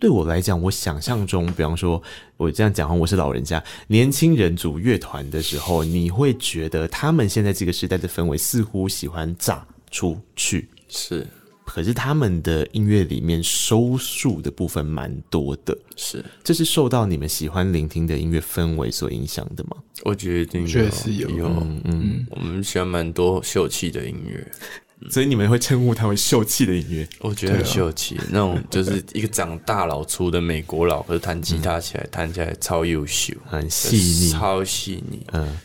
对我来讲，我想象中，比方说，我这样讲话，我是老人家，年轻人组乐团的时候，你会觉得他们现在这个时代的氛围似乎喜欢炸出去，
是
可是他们的音乐里面收束的部分蛮多的，
是，
这是受到你们喜欢聆听的音乐氛围所影响的吗？
我觉得一定有
确实有
有，嗯，我们喜欢蛮多秀气的音乐，
所以你们会称呼它为秀气的音乐。
我觉得很秀气，那种就是一个长大老粗的美国佬，可是弹吉他起来弹起来超优 秀，
很细腻
超细腻，
嗯，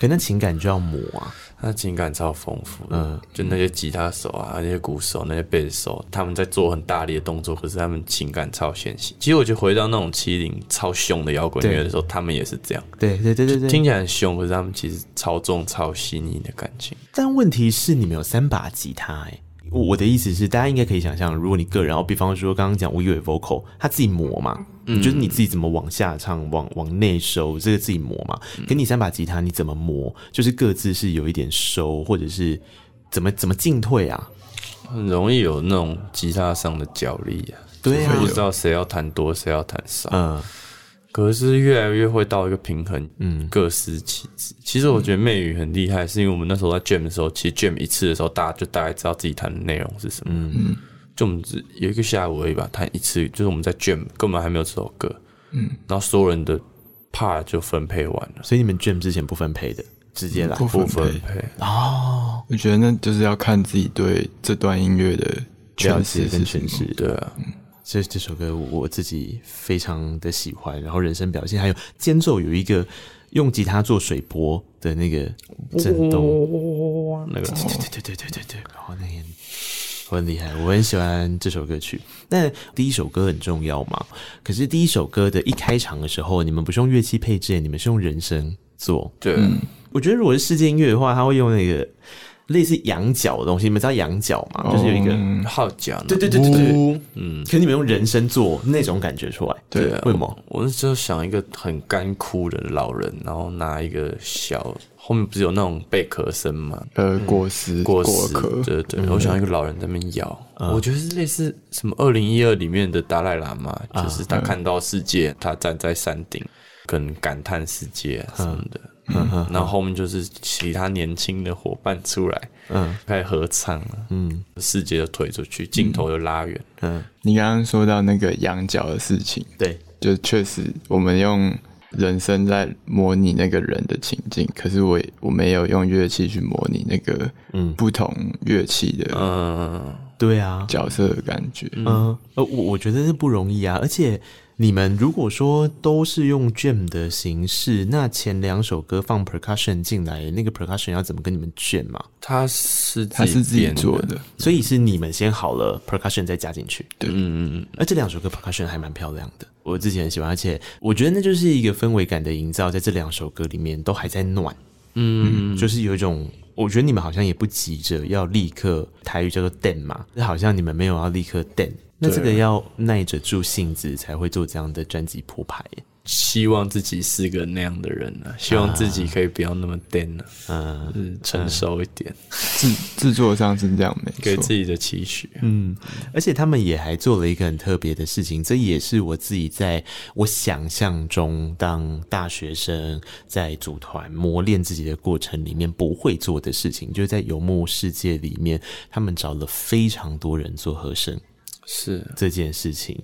可那情感就要磨啊。
他情感超丰富，
嗯
嗯，就那些吉他手啊，那些鼓手，那些贝斯手，他们在做很大力的动作，可是他们情感超纤细。其实我觉得回到那种七零超凶的摇滚乐的时候，他们也是这样，
对对对对对。
听起来很凶，可是他们其实超重、超细腻的感情。
但问题是，你们有三把吉他哎、我我的意思是，大家应该可以想象，如果你个人，然后比方说刚刚讲我以为 vocal，他自己磨嘛，
嗯
就是你自己怎么往下唱，往往内收，这个自己磨嘛。
嗯
跟你三把吉他你怎么磨，就是各自是有一点收，或者是怎么怎么进退啊？
很容易有那种吉他上的角力啊，
对啊
就是不知道谁要弹多，谁要弹少，
嗯，
可是越来越会到一个平衡，
嗯，
各司其职。其实我觉得妹语很厉害，是因为我们那时候在 jam 的时候，其实 jam 一次的时候，大家就大概知道自己弹的内容是什么，
嗯，
就我们只有一个下午而已吧，弹一次，就是我们在 jam 根本还没有这首歌，
嗯，
然后所有人的 part 就分配完了，
所以你们 jam 之前不分配的，直接来
嗯
不
不分
分
配
配。
哦，
我觉得那就是要看自己对这段音乐的
了
诠
解
释
跟
是什
诠
么。
释，
对啊。
这这首歌我我自己非常的喜欢，然后人声表现还有间奏有一个用吉他做水波的那个震动，
那个
对对对对对对对，然后那个我很厉害，我很喜欢这首歌曲。那第一首歌很重要嘛，可是第一首歌的一开场的时候，你们不是用乐器配置，你们是用人声做。
对，
我觉得如果是世界音乐的话，他会用那个类似羊角的东西，你们知道羊角吗？就是有一个。
号角呢，
嗯对对对对对
呜，嗯，
可你们用人声做那种感觉出来，
对啊，
为什么？
我那时候想一个很干枯的老人，然后拿一个小，后面不是有那种贝壳声吗？
呃，果实、
嗯果
果
实，
壳，
对对对，我想一个老人在那边摇，我觉得是类似什么二零一二里面的达赖喇嘛，就是他看到世界，他站在山顶，可能感叹世界啊什么的。嗯，然后后面就是其他年轻的伙伴出来，
嗯，
开始合唱了，
嗯
世界就推出去，镜头就拉远，
嗯，
你刚刚说到那个羊角的事情，
对，
就确实我们用人声在模拟那个人的情境，可是我我没有用乐器去模拟那个
嗯
不同乐器的
嗯，
对啊，
角色的感觉。
嗯，呃，我我觉得是不容易啊，而且你们如果说都是用 jam 的形式，那前两首歌放 percussion 进来，那个 percussion 要怎么跟你们 jam 嘛？
他是
他是自己
编
做的，
所以是你们先好了 percussion 再加进去。
嗯
对
嗯嗯，
哎而这两首歌 percussion 还蛮漂亮的，我自己很喜欢，而且我觉得那就是一个氛围感的营造，在这两首歌里面都还在暖，嗯，就是有一种，我觉得你们好像也不急着要立刻，台语叫做 den 嘛，好像你们没有要立刻 den，那这个要耐着住性子才会做这样的专辑铺排，
希望自己是个那样的人啊，希望自己可以不要那么颠啊，
嗯
嗯，成熟一点，
制制作上是这样没
给
错
自。己的期许。啊
嗯，而且他们也还做了一个很特别的事情，这也是我自己在我想象中当大学生在组团磨练自己的过程里面不会做的事情，就是在游牧世界里面，他们找了非常多人做和声
是
这件事情。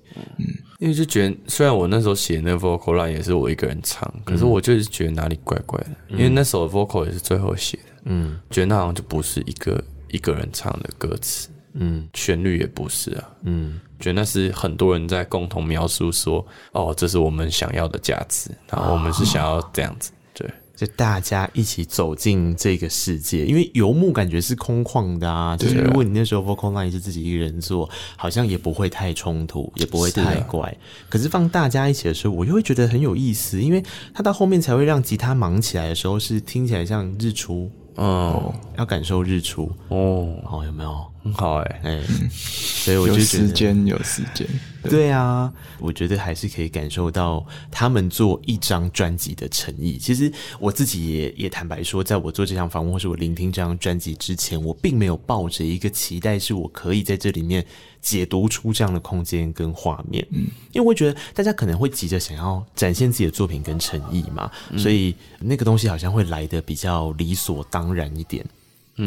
因为就觉得，虽然我那时候写那 vocal line 也是我一个人唱，可是我就是觉得哪里怪怪的，因为那首 vocal 也是最后写的，
嗯
觉得那好像就不是一个一个人唱的歌词，
嗯
旋律也不是啊，
嗯
觉得那是很多人在共同描述说，哦，这是我们想要的价值，然后我们是想要这样子，对，
就大家一起走进这个世界，因为游牧感觉是空旷的啊。就是如果你那时候 vocal line 是自己一个人做，好像也不会太冲突，也不会太
啊
怪。可是放大家一起的时候，我又会觉得很有意思，因为它到后面才会让吉他忙起来的时候，是听起来像日出，
哦
嗯，
要感受日出。
哦，
哦，有没有？
很好哎、
哎、所以我
有
就觉
时
得
间，有时间，
对啊，我觉得还是可以感受到他们做一张专辑的诚意。其实我自己也也坦白说，在我做这项访问或是我聆听这张专辑之前，我并没有抱着一个期待，是我可以在这里面解读出这样的空间跟画面。嗯，因为我觉得大家可能会急着想要展现自己的作品跟诚意嘛，所以那个东西好像会来的比较理所当然一点。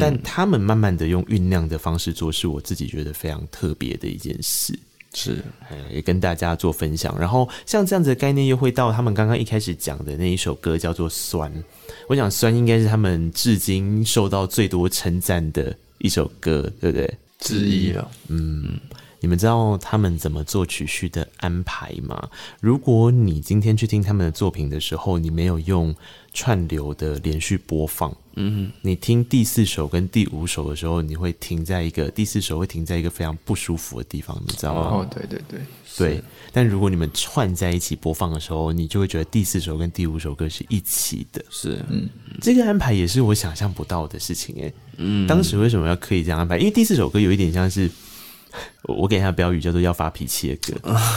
但他们慢慢的用酝酿的方式做，是我自己觉得非常特别的一件事。
是
哎也跟大家做分享。然后像这样子的概念，又会到他们刚刚一开始讲的那一首歌，叫做《酸》。我想，《酸》应该是他们至今受到最多称赞的一首歌，对不对？
之一啊，
嗯，你们知道他们怎么做曲序的安排吗？如果你今天去听他们的作品的时候，你没有用串流的连续播放，
嗯，
你听第四首跟第五首的时候，你会停在一个第四首会停在一个非常不舒服的地方，你知道吗？
哦，对对对，
对，但如果你们串在一起播放的时候，你就会觉得第四首跟第五首歌是一起的。
是，
嗯，
这个安排也是我想象不到的事情诶。
嗯
当时为什么要刻意这样安排？因为第四首歌有一点像是。 我我给他的标语叫做“要发脾气的歌”，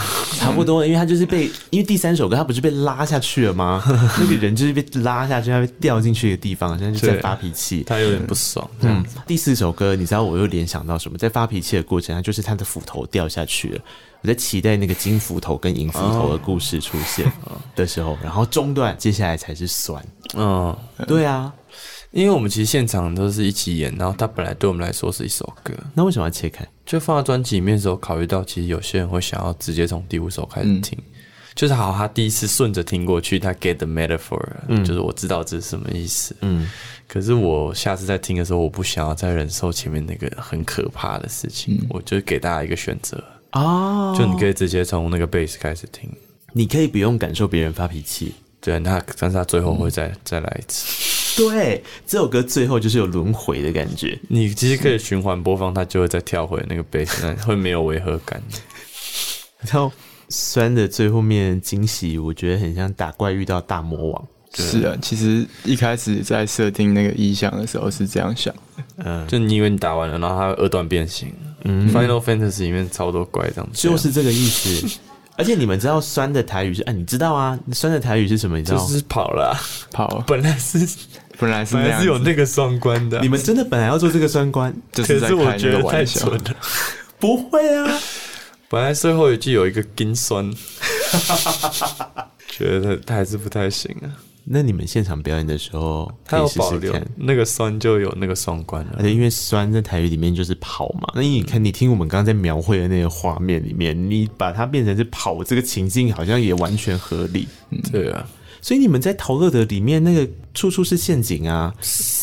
差不多，因为他就是被，因为第三首歌他不是被拉下去 了吗？那个人就是被拉下去，他被掉进去一个地方，现在就在
对
发脾气。
他有点不爽，这样
嗯，第四首歌，你知道我又联想到什么？在发脾气的过程，他就是他的斧头掉下去了。我在期待那个金斧头跟银斧头的故事出 现的时候，然后中段，接下来才是酸。
嗯，
对啊，
因为我们其实现场都是一起演，然后它本来对我们来说是一首歌，
那为什么要切开？
就放在专辑里面的时候，考虑到其实有些人会想要直接从第五首开
嗯
始听，就是好，他第一次顺着听过去，他 get the metaphor，、
嗯
就是我知道这是什么意思。
嗯，
可是我下次再听的时候，我不想要再忍受前面那个很可怕的事情，我就给大家一个选择，
嗯哦
就你可以直接从那个 bass 开始听，
你可以不用感受别人发脾气。
对，那但是他最后会再、
嗯
再来一次。
对，这首歌最后就是有轮回的感觉。
你其实可以循环播放，它就会再跳回那个 bass，那会没有违和感。
然后酸的最后面惊喜，我觉得很像打怪遇到大魔王。
是啊，其实一开始在设定那个意象的时候是这样想，
嗯，
就你以为你打完了，然后它会二段变形。
嗯
Final Fantasy 里面超多怪这样子，
就是这个意思。而且你们知道酸的台语是啊，你知道啊，酸的台语是什么？你知道？
就是跑了啊、
跑，
本来是
本来是
本
那
来
样
是
子，
有那个双关的啊，
你们真的本来要做这个酸关？
就是
可
在
是我
开
觉
那
得
个
太
玩笑
蠢，了。
不会啊，
本来最后一句有一个金酸，觉得还是不太行啊。
那你们现场表演的时候
它
可以
有
试
保
试
留
看。
那个酸就有那个双关了
而。且因为酸在台语里面就是跑嘛，那你看你听我们刚刚在描绘的那个画面里面，你把它变成是跑这个情境，好像也完全合理。
对啊，
所以你们在陶乐德里面那个处处是陷阱啊，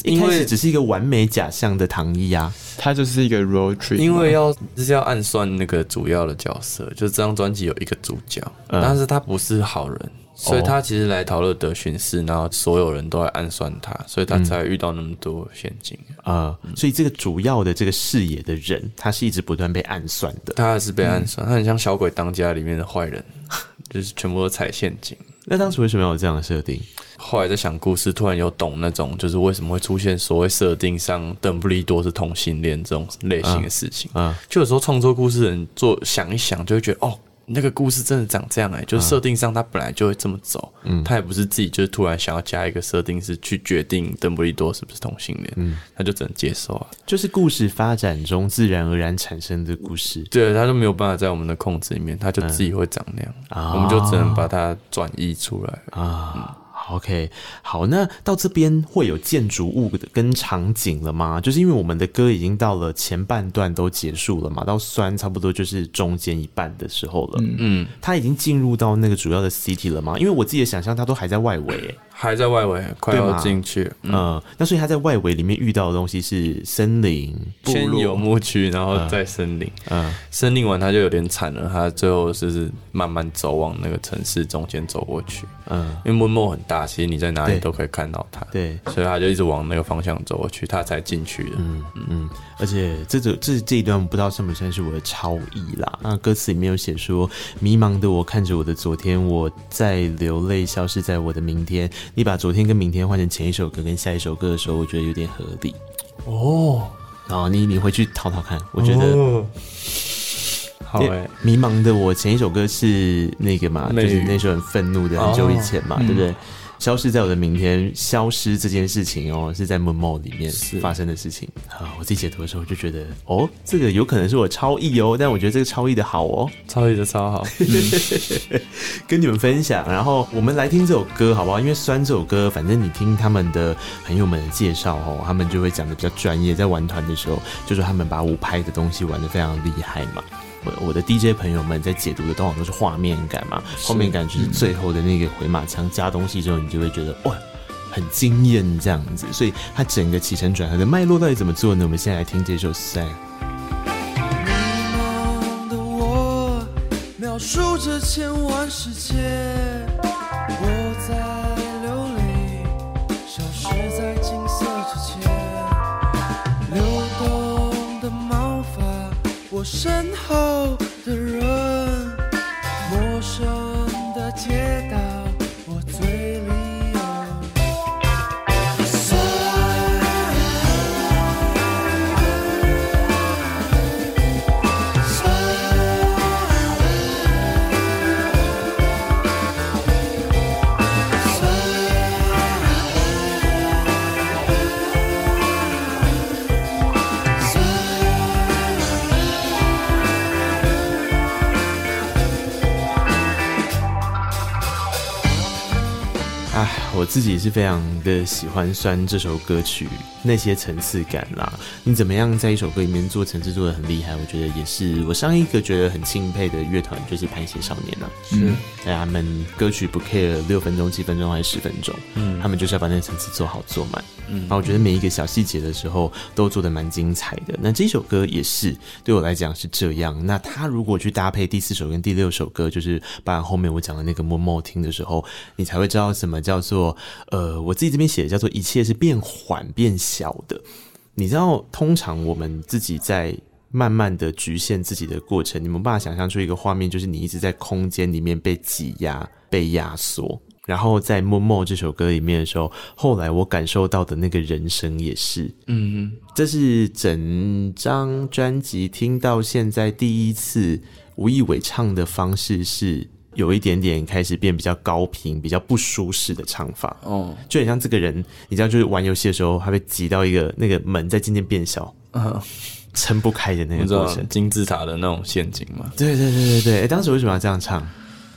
一
因
开
为
始只是一个完美假象的糖衣啊，
它就是一个 road trip，
因为
嘛
要就是要暗算那个主要的角色，就是这张专辑有一个主角，
嗯
但是他不是好人，所以他其实来陶乐德巡视，然后所有人都在暗算他，所以他才遇到那么多陷阱。
呃，所以这个主要的这个视野的人，他是一直不断被暗算的。
他还是被暗算，他很像《小鬼当家》里面的坏人， 就是全部都踩陷阱。
那当时为什么要有这样的设定？
后来在想故事，突然有懂那种，就是为什么会出现所谓设定上邓布利多是同性恋这种类型的事情。
嗯嗯
就有时候创作故事的人做想一想，就会觉得哦，那个故事真的长这样哎、
嗯
就是设定上他本来就会这么走，他也不是自己就是突然想要加一个设定是去决定邓布利多是不是同性恋，
嗯
他就只能接受啊。
就是故事发展中自然而然产生的故事
对，他就没有办法在我们的控制里面，他就自己会长那样，
啊
我们就只能把它转移出来。
啊。OK，好，那到这边会有建筑物的跟场景了吗？就是因为我们的歌已经到了前半段都结束了嘛，到酸差不多就是中间一半的时候了。
嗯，
他已经进入到那个主要的 city 了吗？因为我自己的想象，他都还在外围、欸。
还在外围，快
对
要
嘛
进去了。嗯
呃，那所以他在外围里面遇到的东西是森林、部
先
落
游牧区，然后再森林。
嗯
森林完他就有点惨了，他最后就是慢慢走往那个城市中间走过去，
嗯，
因为温莫很大，其实你在哪里
对
都可以看到它。
对，
所以他就一直往那个方向走过去，他才进去的。
嗯嗯，而且这这这这一段不知道算不算是我的超意啦。那歌词里面有写说：“迷茫的我看着我的昨天，我在流泪，消失在我的明天。”你把昨天跟明天换成前一首歌跟下一首歌的时候，我觉得有点合理。
哦，
然后你你回去淘淘看，我觉得、
好
因
哎、
为迷茫的我前一首歌是那个嘛，
内
就是
娱
那首很愤怒
哦
的，很久以前
嗯
嘛，对不对？消失在我的明天，消失这件事情哦，是在 Momo 里面发生的事情啊。我自己解读的时候就觉得，哦，这个有可能是我超意哦，但我觉得这个超意的好哦，
超级的超 好。
跟你们分享。然后我们来听这首歌好不好？因为酸这首歌，反正你听他们的朋友们的介绍哦，他们就会讲的比较专业，在玩团的时候，就说他们把五拍的东西玩的非常厉害嘛。我我的 DJ 朋友们在解读的通常都是画面感嘛，画面感就是最后的那个回马枪加东西之后，你就会觉得哇。很惊艳这样子，所以它整个起承转合的脉络到底怎么做呢？我们现在来听这首《赛》。
迷茫的
千万世界，我在流泪，消失在金色之前。流动的毛发，我身后的人，陌生的街道，我嘴里有酸。
哎，我自己是非常的喜欢《酸》这首歌曲那些层次感啦。你怎么样在一首歌里面做层次做的很厉害？我觉得也是我上一个觉得很钦佩的乐团就是拍写少年啦、
是
嗯，哎呀，他们歌曲不 care 六分钟、七分钟还是十分钟，
嗯
他们就是要把那个层次做好做满。
嗯
然后我觉得每一个小细节的时候都做的蛮精彩的。那这首歌也是对我来讲是这样。那他如果去搭配第四首跟第六首歌，就是把后面我讲的那个默默听的时候，你才会知道什么叫做呃，我自己这边写的叫做一切是变缓变小的。你知道，通常我们自己在慢慢的局限自己的过程，你们办法想象出一个画面，就是你一直在空间里面被挤压、被压缩。然后在《默默》这首歌里面的时候，后来我感受到的那个人生也是，
嗯
这是整张专辑听到现在第一次吴亦伟唱的方式是有一点点开始变比较高频、比较不舒适的唱法。
哦，
就很像这个人，你知道，就是玩游戏的时候，他被挤到一个那个门在渐渐变小，
嗯，
撑不开的那
你
个
知
过
道
程。
金字塔的那种陷阱吗？
对对对对对，哎诶当时为什么要这样唱？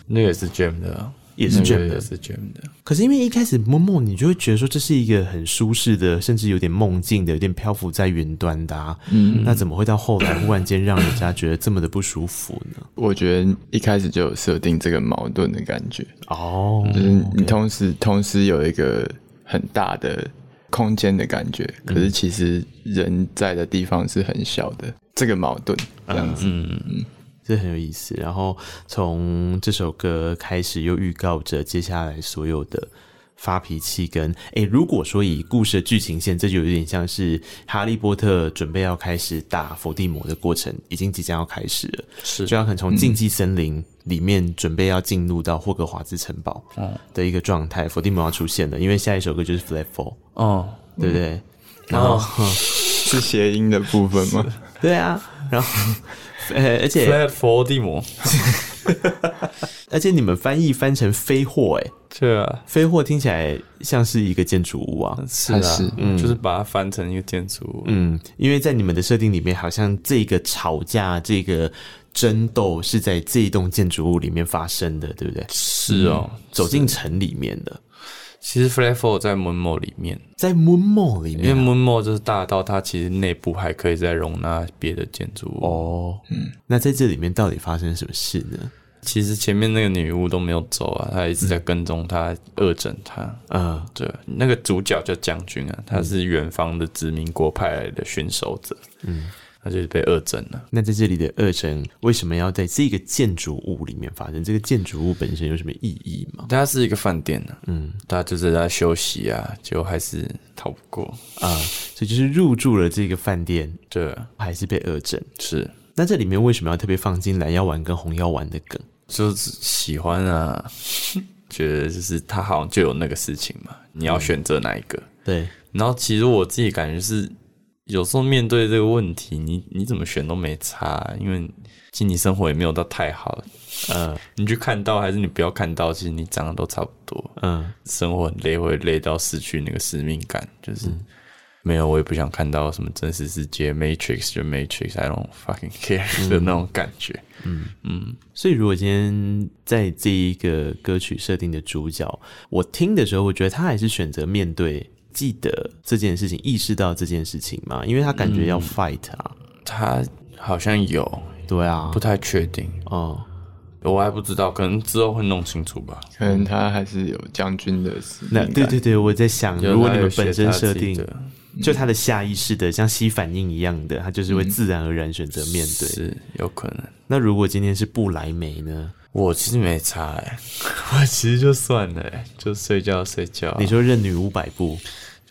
那个也是 Jam 的啊，
也是
那个
Jam 的
也是 Jam 的。
可是因为一开始摸摸，你就会觉得说这是一个很舒适的，甚至有点梦境的，有点漂浮在云端的、啊。
嗯
那怎么会到后来忽然间让人家觉得这么的不舒服呢？
我觉得一开始就有设定这个矛盾的感觉，
哦，
就是你同时同时有一个很大的空间的感觉，
嗯
可是其实人在的地方是很小的，这个矛盾这样子，
嗯嗯，这很有意思。然后从这首歌开始，又预告着接下来所有的发脾气跟诶，如果说以故事的剧情线，这就有点像是哈利波特准备要开始打伏地魔的过程，已经即将要开始了。
是，
就要很从禁忌森林里面准备要进入到霍格华兹城堡
嗯
的一个状态，伏地魔要出现了，因为下一首歌就是 Flat Four，
哦，
对不对？然后、
是谐音的部分吗？
对啊，然后 呃，而且
Flat for 地魔，
而且你们翻译翻成飞货、哎，
对啊，
飞货听起来像是一个建筑物啊，
是啊，就是把它翻成一个建筑物。
嗯，因为在你们的设定里面，好像这个吵架、这个争斗是在这一栋建筑物里面发生的，对不对？
是哦
嗯走进城里面的，
其实 Flat Four 在 Moonmo 里面，
在 Moonmo 里
因为
面啊、
Moonmo 就是大到它其实内部还可以再容纳别的建筑物。
哦，嗯，那在这里面到底发生什么事呢？
其实前面那个女巫都没有走啊，她一直在跟踪她，恶整她。
嗯，
对，那个主角叫将军啊，他是远方的殖民国派来的驯兽者，
嗯，
他就是被恶整了。
那在这里的恶神为什么要在这个建筑物里面发生？这个建筑物本身有什么意义吗？
他是一个饭店呢、啊，
嗯，
他就是在休息啊，结果还是逃不过。
啊、所以就是入住了这个饭店，
对，啊
还是被恶整。
是，
那这里面为什么要特别放进蓝药丸跟红药丸的梗？
就是喜欢啊，觉得就是他好像就有那个事情嘛，你要选择哪一个？
对，
然后其实我自己感觉是，有时候面对这个问题，你你怎么选都没差，因为其实你生活也没有到太好，
呃，
你去看到还是你不要看到，其实你长得都差不多，
嗯，
生活很累，会累到失去那个使命感，就是。没有，我也不想看到什么真实世界，Matrix 就 Matrix，I don't fucking care 的那种感觉。
嗯
嗯，
所以如果今天在这一个歌曲设定的主角，我听的时候，我觉得他还是选择面对、记得这件事情，意识到这件事情嘛，因为他感觉要
嗯
fight 啊，
他好像有，
对啊
不，太确定，
哦，
我还不知道，可能之后会弄清楚吧。
可能他还是有将军的使命
那
感
嗯对对对，我在想，
有
如果你们
他有
本
写
身
他
设
自己
定
的，
就他的下意识的像吸反应一样的，他就是会自然而然选择面对。
是有可能。
那如果今天是布莱梅呢？
我其实没差哎、 我其实就算了、欸，就睡觉睡觉。
你说任女五百步，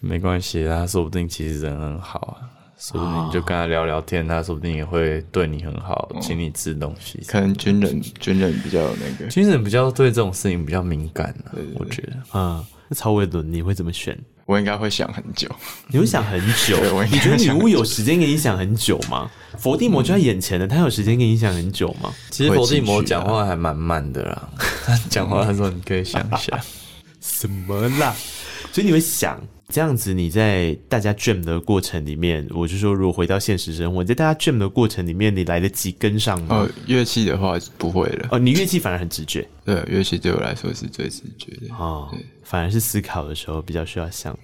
就没关系啦，说不定其实人很好啊，说不定你就跟他聊聊天，他说不定也会对你很好，请你吃东西。
可能军人军人比较有那个，
军人比较对这种事情比较敏感啊，我觉得。
啊、那曹伟伦你会怎么选？
我应该会想很久。
你会想很久
对我？应该
你觉得女
想很
巫有时间给你想很久吗？伏地魔就在眼前了，他有时间给你想很久吗？
其实伏地魔讲话还蛮慢的啦，他啊 讲话他说你可以想一下，
什么啦？所以你会想这样子，你在大家 jam 的过程里面，我就说，如果回到现实生活，你在大家 jam 的过程里面，你来得及跟上吗？
哦，乐器的话不会了。
哦，你乐器反而很直觉
对，乐器对我来说是最直觉的。
哦，反而是思考的时候比较需要想。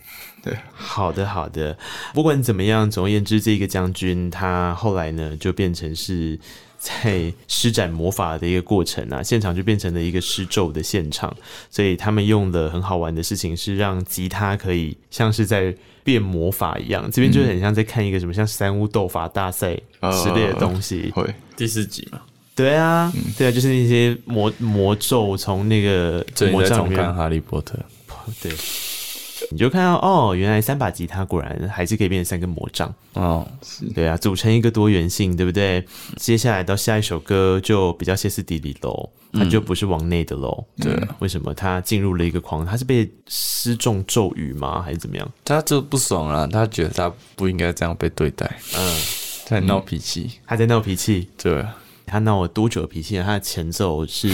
对，
好的，好的。不管怎么样，总而言之，这个将军他后来呢，就变成是在施展魔法的一个过程啊， 现场就变成了一个施咒的现场。所以他们用的很好玩的事情是让吉他可以像是在变魔法一样，这边就很像在看一个什么像三巫斗法大赛
哦
之类的东西。
会
第四集嘛，
对啊，
嗯
对啊，就是那些魔魔咒从那个
这
魔
你在
杖
重
里面
看《哈利波特》，
对，你就看到哦，原来三把吉他果然还是可以变成三根魔杖
哦，
对啊，组成一个多元性，对不对？接下来到下一首歌就比较歇斯底里喽，它就不是往内的喽。
嗯对啊
嗯为什么它进入了一个狂？它是被施中咒语吗？还是怎么样？
他就不爽了，他觉得他不应该这样被对待，
嗯，
在闹脾气，
他在闹脾气，
对，啊
他闹了多久的脾气啊呢？他的前 奏是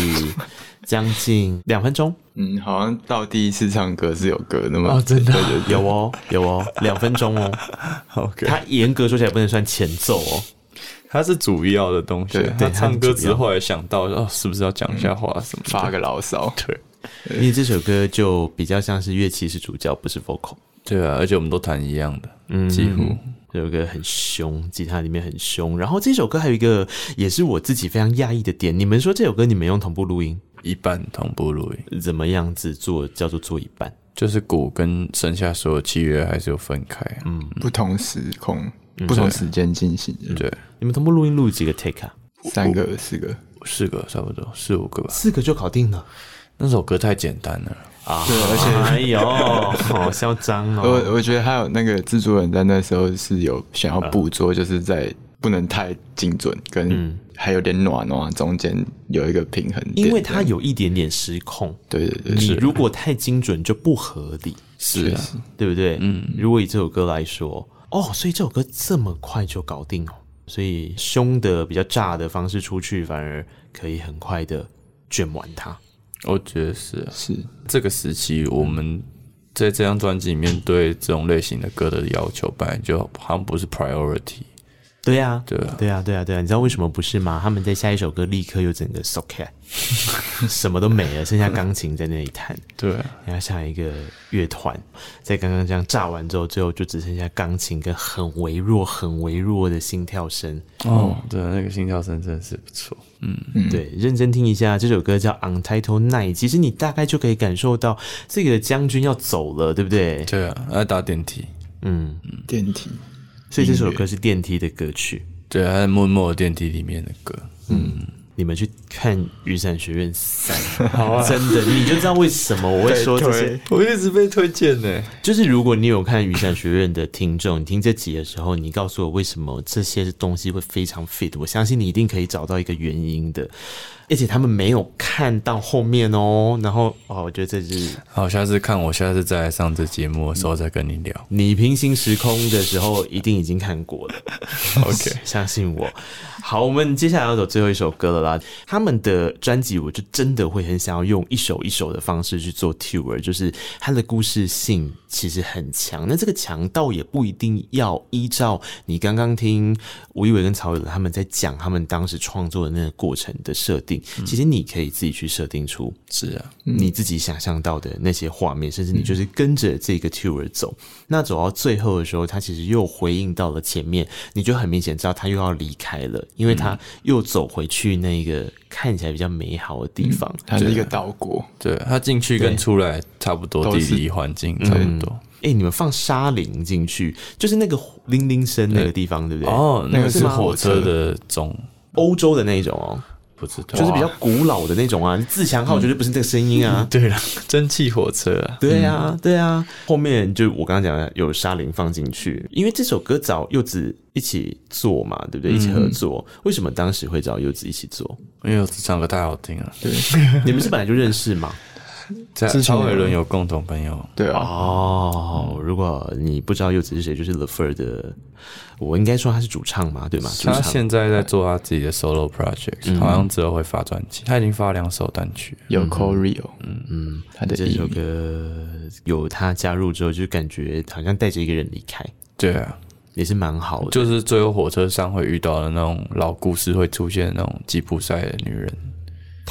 将近两分钟，
嗯，好像到第一次唱歌是有歌的嘛？
哦真的
对对对
有哦，有哦，两分钟哦。
OK，
他严格说起来不能算前奏哦。
他是主要的东西啊
对，
他
对
唱歌
他是主
只
要
是后来想到哦，是不是要讲一下话什么的？
发个牢 骚。
对，
因为这首歌就比较像是乐器是主角，不是 vocal。
对啊，而且我们都弹一样的，
嗯
几乎
这首歌很凶，吉他里面很凶。然后这首歌还有一个也是我自己非常讶异的点，你们说这首歌你们用同步录音
一半同步录音，
怎么样子做叫做做一半？
就是鼓跟剩下所有器乐还是有分开，嗯，
不同时空、
嗯
不同时间进行的，
对，
你们同步录音录几个 take 啊？
三个、四个。
四个差不多，四五个吧。
四个就搞定了
那首歌太简单了，
啊！
对而且
哎呦，好嚣张
我
哦！
我觉得还有那个制作人在那时候是有想要捕捉，就是在不能太精准，跟
嗯
还有点暖暖中间有一个平衡点。
因为它有一点点失控，
对对对，
你如果太精准就不合理，
是啊，
对不对？嗯，如果以这首歌来说，哦，所以这首歌这么快就搞定哦，所以凶的比较炸的方式出去，反而可以很快的卷完它。
我觉得是啊。
是
这个时期，我们在这张专辑里面对这种类型的歌的要求，本来就好像不是 priority，
对呀、啊，
对啊，
对啊，对啊，对啊，你知道为什么不是吗？他们在下一首歌立刻又整个 s o c k 什么都没了，剩下钢琴在那里弹。
对啊，
然后下一个乐团，在刚刚这样炸完之后，最后就只剩下钢琴跟很微弱、很微弱的心跳声。
哦，对啊，那个心跳声真的是不错，
对，认真听一下这首歌叫《Untitled Night》，其实你大概就可以感受到这个将军要走了，对不对？
对啊，还搭电梯，
嗯，
电梯，
所以这首歌是电梯的歌曲。
对啊，还在默默的电梯里面的歌，
你们去看《雨伞学院三》，真的你就知道为什么我会说这些。
我一直被推荐呢，
就是如果你有看《雨伞学院》的听众，你听这集的时候，你告诉我为什么这些东西会非常 fit，我相信你一定可以找到一个原因的。而且他们没有看到后面哦，然后哦，我觉得这是
好，下次看我下次再来上这节目的时候再跟你聊
你平行时空的时候一定已经看过了
，OK，
相信我。好，我们接下来要走最后一首歌了啦。他们的专辑，我就真的会很想要用一首一首的方式去做 tour，就是它的故事性其实很强。那这个强倒也不一定要依照你刚刚听吴一伟跟曹伟伦他们在讲他们当时创作的那个过程的设定，其实你可以自己去设定出
嗯是啊，嗯
你自己想象到的那些画面，甚至你就是跟着这个 tour 走。那走到最后的时候，他其实又回应到了前面，你就很明显知道他又要离开了，因为他又走回去那个看起来比较美好的地方。
它是一个岛国，
对啊，他进去跟出来差不多，
都
地
是
理环境差不多，
哎、你们放沙林进去，就是那个铃铃声那个地方，对不对？
哦，那个
那
是
个是
火
火
车
车
的钟，
欧洲的那一种哦。
不知道，
就是比较古老的那种啊。自强号绝对不是这个声音啊。
对了，蒸汽火车啊。
对啊，对啊。后面就我刚刚讲的有沙林放进去，因为这首歌找柚子一起做嘛，对不对？一起合作。为什么当时会找柚子一起做？
因为柚子唱歌太好听了。
对，你们是本来就认识吗？
在超伟伦有共同朋友，
对啊。
嗯
哦，如果你不知道柚子是谁，就是 The Fur 的，我应该说他是主唱嘛，对吗？主
他
唱
啊现在在做他自己的 solo project，、
嗯
好像之后会发专辑。他已经发两首单曲，
有 Coreo，
嗯
嗯，
他的
这
意
首
义
歌有他加入之后，就感觉好像带着一个人离开，
对啊，
也是蛮好的。
就是最后火车上会遇到的那种老故事会出现的那种吉普赛的女人。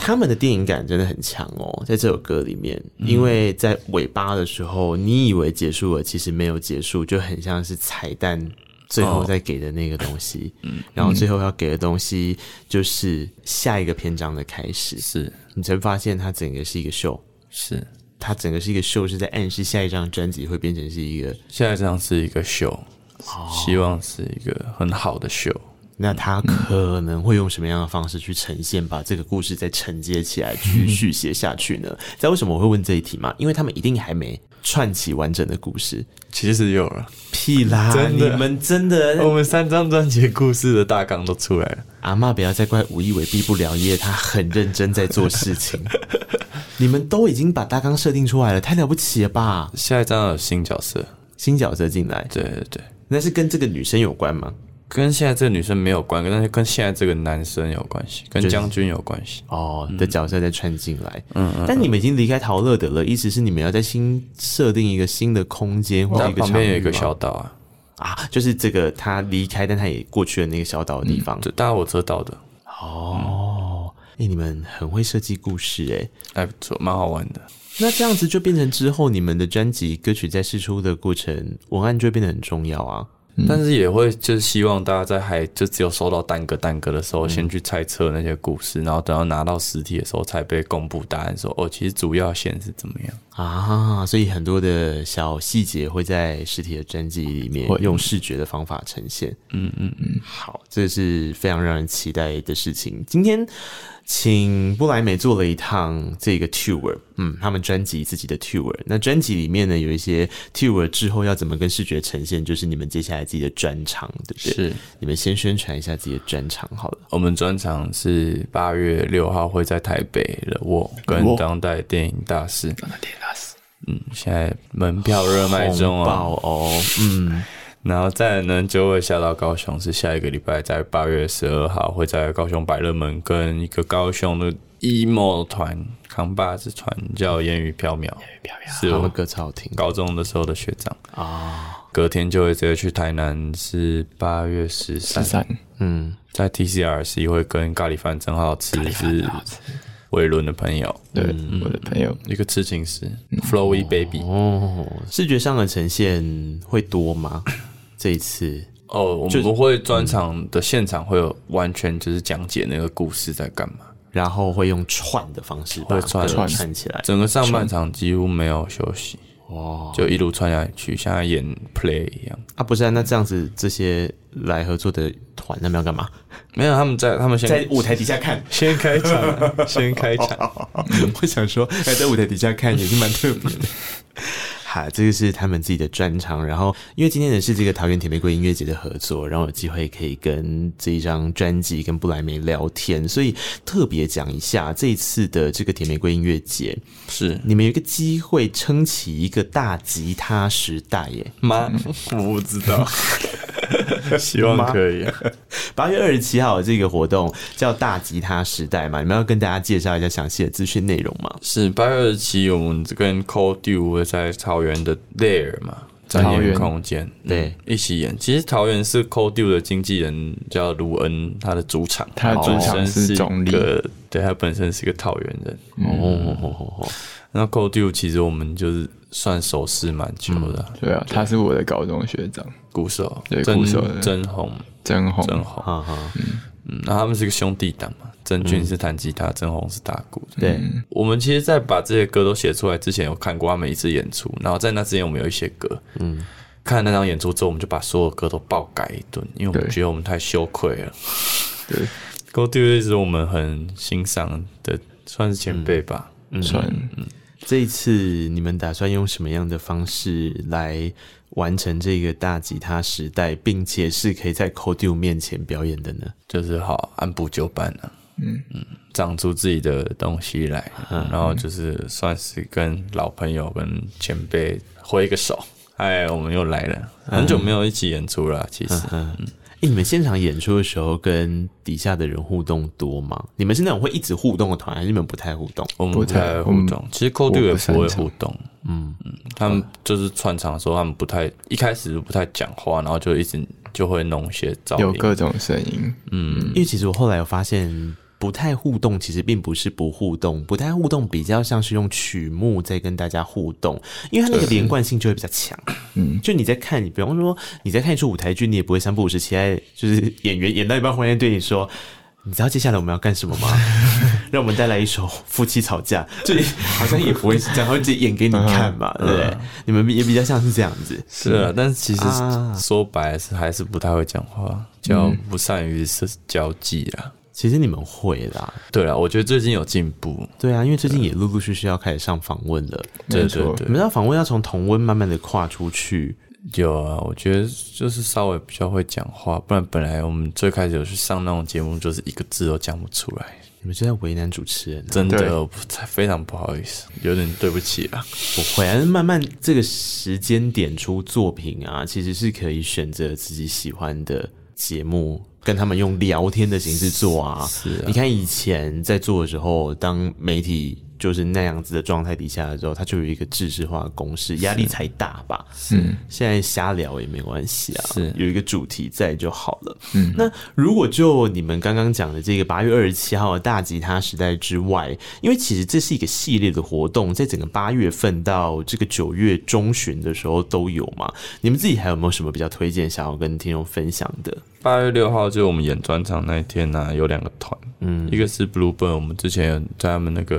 他们的电影感真的很强哦，在这首歌里面，
嗯
因为在尾巴的时候，你以为结束了，其实没有结束，就很像是彩蛋。最
哦
后再给的那个 东西，
嗯
然后最后要给的东西就是下一个篇章的开始，
是
你才发现它整个是一个秀，
是
它整个是一个秀，是在暗示下一张专辑会变成是一个
下一张是一个秀，希望是一个很好的秀。
那他可能会用什么样的方式去呈现，把这个故事再承接起来，去续写下去呢？在为什么我会问这一题嘛？因为他们一定还没串起完整的故事。
其实有了，
屁啦！
真
你
的
们 真的，
我们三张专辑故事的大纲都出来了。
阿嬷不要再怪无以为毕不了业，他很认真在做事 情。你们都已经把大纲设定出来了，太了不起了吧？
下一张有新角色，
新角色进来，
对对对，
那是跟这个女生有关吗？
跟现在这个女生没有关，但是跟现在这个男生有关系，跟
就是
将军有关系。
哦的角色再串进来。
嗯嗯，
但你们已经离开陶乐德了，意思是你们要在新设定一个新的空间或
它
一个
旁
场
边有
域
哦一个
吗
小岛啊，
啊，就是这个他离开，但他也过去了那个小岛的地方。
就搭火车到的，
哦，哎、你们很会设计故事哎、
还不错，蛮好玩的。
那这样子就变成之后你们的专辑歌曲在试出的过程，文案就会变得很重要啊。
但是也会就是希望大家在还就只有收到单个单个的时候，先去猜测那些故事，然后等到拿到实体的时候才被公布答案说哦，其实主要线是怎么样。
啊，所以很多的小细节会在实体的专辑里面
会
用视觉的方法呈现。
嗯嗯嗯，
好，这是非常让人期待的事情。今天请布莱美做了一趟这个 tour，嗯，他们专辑自己的 tour。那专辑里面呢，有一些 tour 之后要怎么跟视觉呈现，就是你们接下来自己的专场，对不对？
是
你们先宣传一下自己的专场好了。
我们专场是八月六号会在台北的我跟
Wo
当代电影大师。嗯，现在门票热卖中
红
哦。
爆哦，嗯，
然后再来呢，就会下到高雄，是下一个礼拜在八月十二号会在高雄百乐门跟一个高雄的 emo 团扛把子团叫烟雨飘渺，是哦
他
我
们歌超好听
高中的时候的学长。
啊，
隔天就会直接去台南，是八月十
十
三，
三，
嗯，
在 TCRC 会跟咖喱饭真好吃，是伟伦的朋友，
对，
嗯
我的朋友，
一个痴情师 Flowy Baby。
哦，视觉上的呈现会多吗？ 这一次
哦，我
就
们不会专场的现场会有完全就是讲解那个故事在干嘛。
然后会用串的方式把
会串
歌串起来。
整个上半场几乎没有休息，
哦，
就一路穿下去，像在演 play 一样。
啊，不是啊，那这样子这些来合作的团，他们要干嘛？
没有，他们在他们先
在舞台底下看。
先开场 啊，先开场。
我想说，哎，在舞台底下看也是蛮特别的。 哈，这个是他们自己的专场。然后，因为今天也是这个桃园铁玫瑰音乐节的合作，让我有机会可以跟这一张专辑跟布莱梅聊天，所以特别讲一下这一次的这个铁玫瑰音乐节，
是
你们有一个机会撑起一个大吉他时代耶。
吗？我不知道， 希望可以。
八月二十七号的这个活动叫“大吉他时代”嘛，你们要跟大家介绍一下详细的资讯内容吗？
是八月二十七，我们跟 Cold Dew 会在桃园的 There 嘛。展
桃
演
园
空间，
对
嗯一起演。其实桃园是 Cold Dew 的经纪人叫卢恩，他的主场，
他的主场
本身
是嗯
一
中立
个，对他本身是一个桃园人。嗯
哦吼吼吼，
那 Cold Dew 其实我们就是算熟识蛮久的啊，
对啊，他是我的高中学长，
鼓手
对
曾
鼓手对
曾红
真红，
曾红，
哈哈，
嗯，那他们是个兄弟档嘛，曾俊是弹吉他，曾红是打鼓的。
对，
我们其实，在把这些歌都写出来之前，有看过他们一次演出，然后在那之前，我们有一些歌，嗯，看了那场演出之后，我们就把所有歌都爆改一顿，因为我们
对
觉得我们太羞愧了。
对，
Go Do It 是我们很欣赏的，算是前辈吧。嗯，
算这一次你们打算用什么样的方式来完成这个大吉他时代，并且是可以在 c o d u 面前表演的呢？
就是好按部就班啊，
嗯
嗯，长出自己的东西来，然后就是算是跟老朋友、跟前辈挥一个手。哎，我们又来了，很久没有一起演出了啊，其实。
嗯嗯，哎、你们现场演出的时候跟底下的人互动多吗？你们是那种会一直互动的团，还是你们不太互动？
我们不太会互动，其实 c o d 也不会互动。
嗯
嗯，他们就是串场的时候，他们不太一开始就不太讲话，然后就一直就会弄一些噪音，
有各种声音，
嗯，
因为其实我后来有发现，不太互动其实并不是不互动，不太互动比较像是用曲目在跟大家互动，因为它那个连贯性就会比较强。
嗯，
就你在看，你比方说你在看一出舞台剧，你也不会三不五时期待，就是演员演到一半，忽然间对你说。你知道接下来我们要干什么吗？ 让我们带来一首《夫妻吵架》，就好像也不会是这样，会直接演给你看 嘛，对不对？你们也比较像是这样子，
是啊，但是其实
啊
说白了是还是不太会讲话，较
嗯
不善于社交际啊。
其实你们会啦，
对啦，我觉得最近有进步，
对啊，因为最近也陆陆续续要开始上访问了，
对没错对对
你们知道访问要从同温慢慢的跨出去，
有啊，我觉得就是稍微比较会讲话，不然本来我们最开始有去上那种节目，就是一个字都讲不出来，
你们就在为难主持人啊、
真
对
的我不太非常不好意思，有点对不起啊。
不会啊，慢慢这个时间点出作品啊，其实是可以选择自己喜欢的节目，跟他们用聊天的形式做啊。
是啊
你看以前在做的时候，当媒体就是那样子的状态底下的时候，它就有一个制式化的公式，压力才大吧。
嗯，
现在瞎聊也没关系啊，
是
有一个主题在就好了。
嗯，
那如果就你们刚刚讲的这个八月二十七号的大吉他时代之外，因为其实这是一个系列的活动，在整个八月份到这个九月中旬的时候都有嘛。你们自己还有没有什么比较推荐想要跟听众分享的？
八月六号就是我们演专场那一天呢、有两个团，
嗯，
一个是 Bluebird，我们之前有在他们那个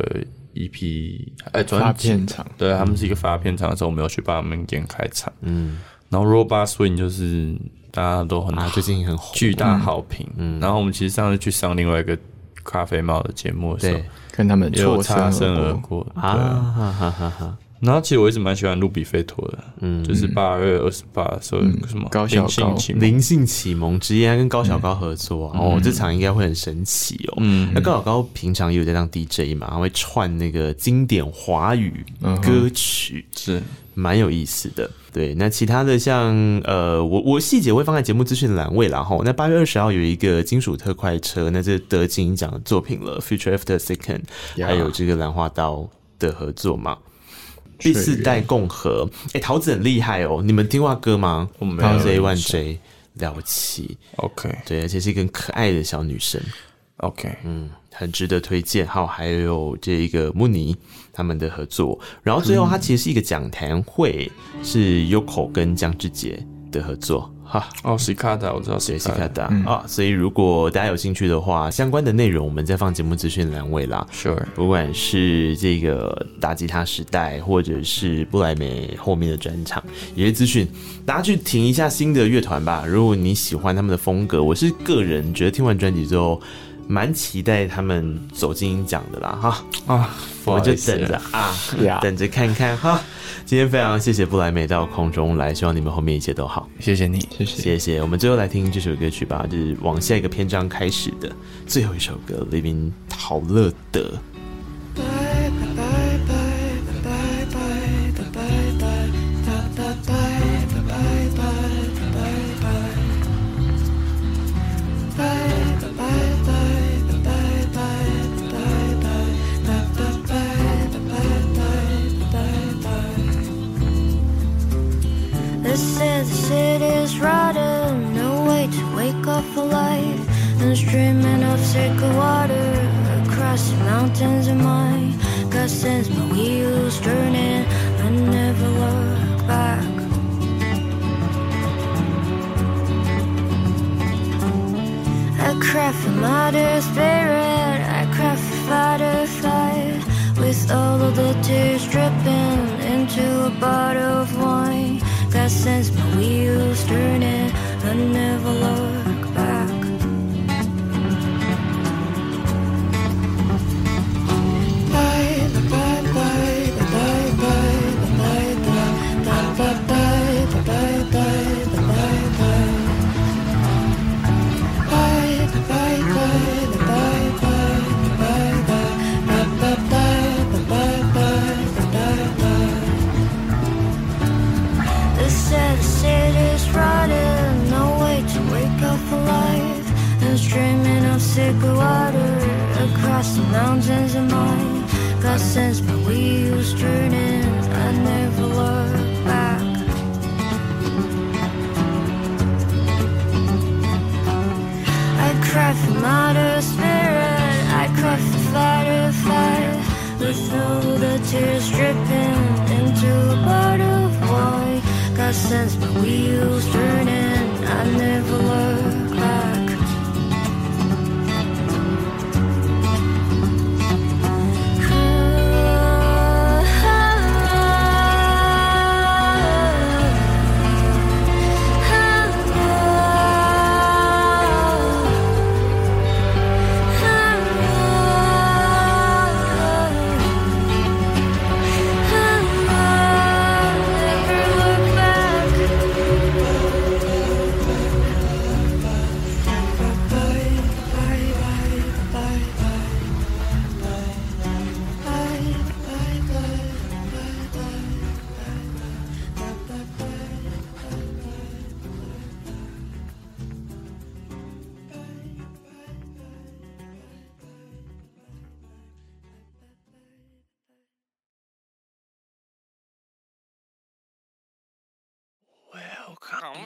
EP 哎专辑
发片场
对他们是一个发片场的时候，我们有去帮他们演开场，
嗯，
然后 Robot Swing 就是大家都很、
啊，最近很红，
巨大好评，嗯，然后我们其实上次去上另外一个咖啡猫的节目的时候
对，
跟他们
也有
错
擦身
身
而
而
过
啊，
对啊
哈哈哈哈，
然后其实我一直蛮喜欢路比菲陀的，
嗯
就是八月二十八的时候有个什么
高小
灵性
高
启蒙
灵性启蒙之夜，他跟高小高合作、啊哦，这场应该会很神奇哦。
嗯
那高小高平常也有在当 DJ 嘛，他会串那个经典华语
嗯
歌曲，
是
蛮、有意思的。对，那其他的像呃，我我细节会放在节目资讯栏位啦吼。那八月二十号有一个金属特快车，那这是得金鹰奖的作品了，Future After Second，、
呀
还有这个兰花刀的合作嘛。第
水源
四代共和，哎、桃子很厉害哦！你们听过他歌吗？
我没有
桃子 A One J 了不起，
OK
对，而且是一个很可爱的小女生，
OK，
嗯，很值得推荐。还有还有这一个慕尼他们的合作，然后最后它其实是一个讲坛会，是 Yoko 跟江志杰的合作，哈。
哦 s i k a d a 我知道 s
杰
i
西
k a
卡
d
达
a
啊，所以如果大家有兴趣的话，相关的内容我们再放节目资讯栏位啦。
Sure，
不管是这个打吉他时代，或者是布莱梅后面的专场，有些资讯，大家去听一下新的乐团吧。如果你喜欢他们的风格，我是个人觉得听完专辑之后，蛮期待他们走进音奖的啦哈。
啊，不
我
好
们就
意思
等着啊
Yeah
等着看看哈。今天非常谢谢布莱梅到空中来，希望你们后面一切都好。
谢谢你。
谢谢。
谢谢。我们最后来听这首歌曲吧，就是往下一个篇章开始的最后一首歌《Living 陶乐德》。
This is the city's rotten. No way to wake up alive. And streaming of sacred water across the mountains of my God sends my wheels turning. I never look back. I cry for mother spirit, I cry for father fight With all of the tears dripping into a bottle of wine God sends my wheels turning, I never look back mountains in mine. Got sense, but we use turnings. I never look back. I cry for martyr spirit. I cry for fighter fight. With all the tears dripping into a bottle of wine. Got sense, but wheels turning. I never look back.
Welcome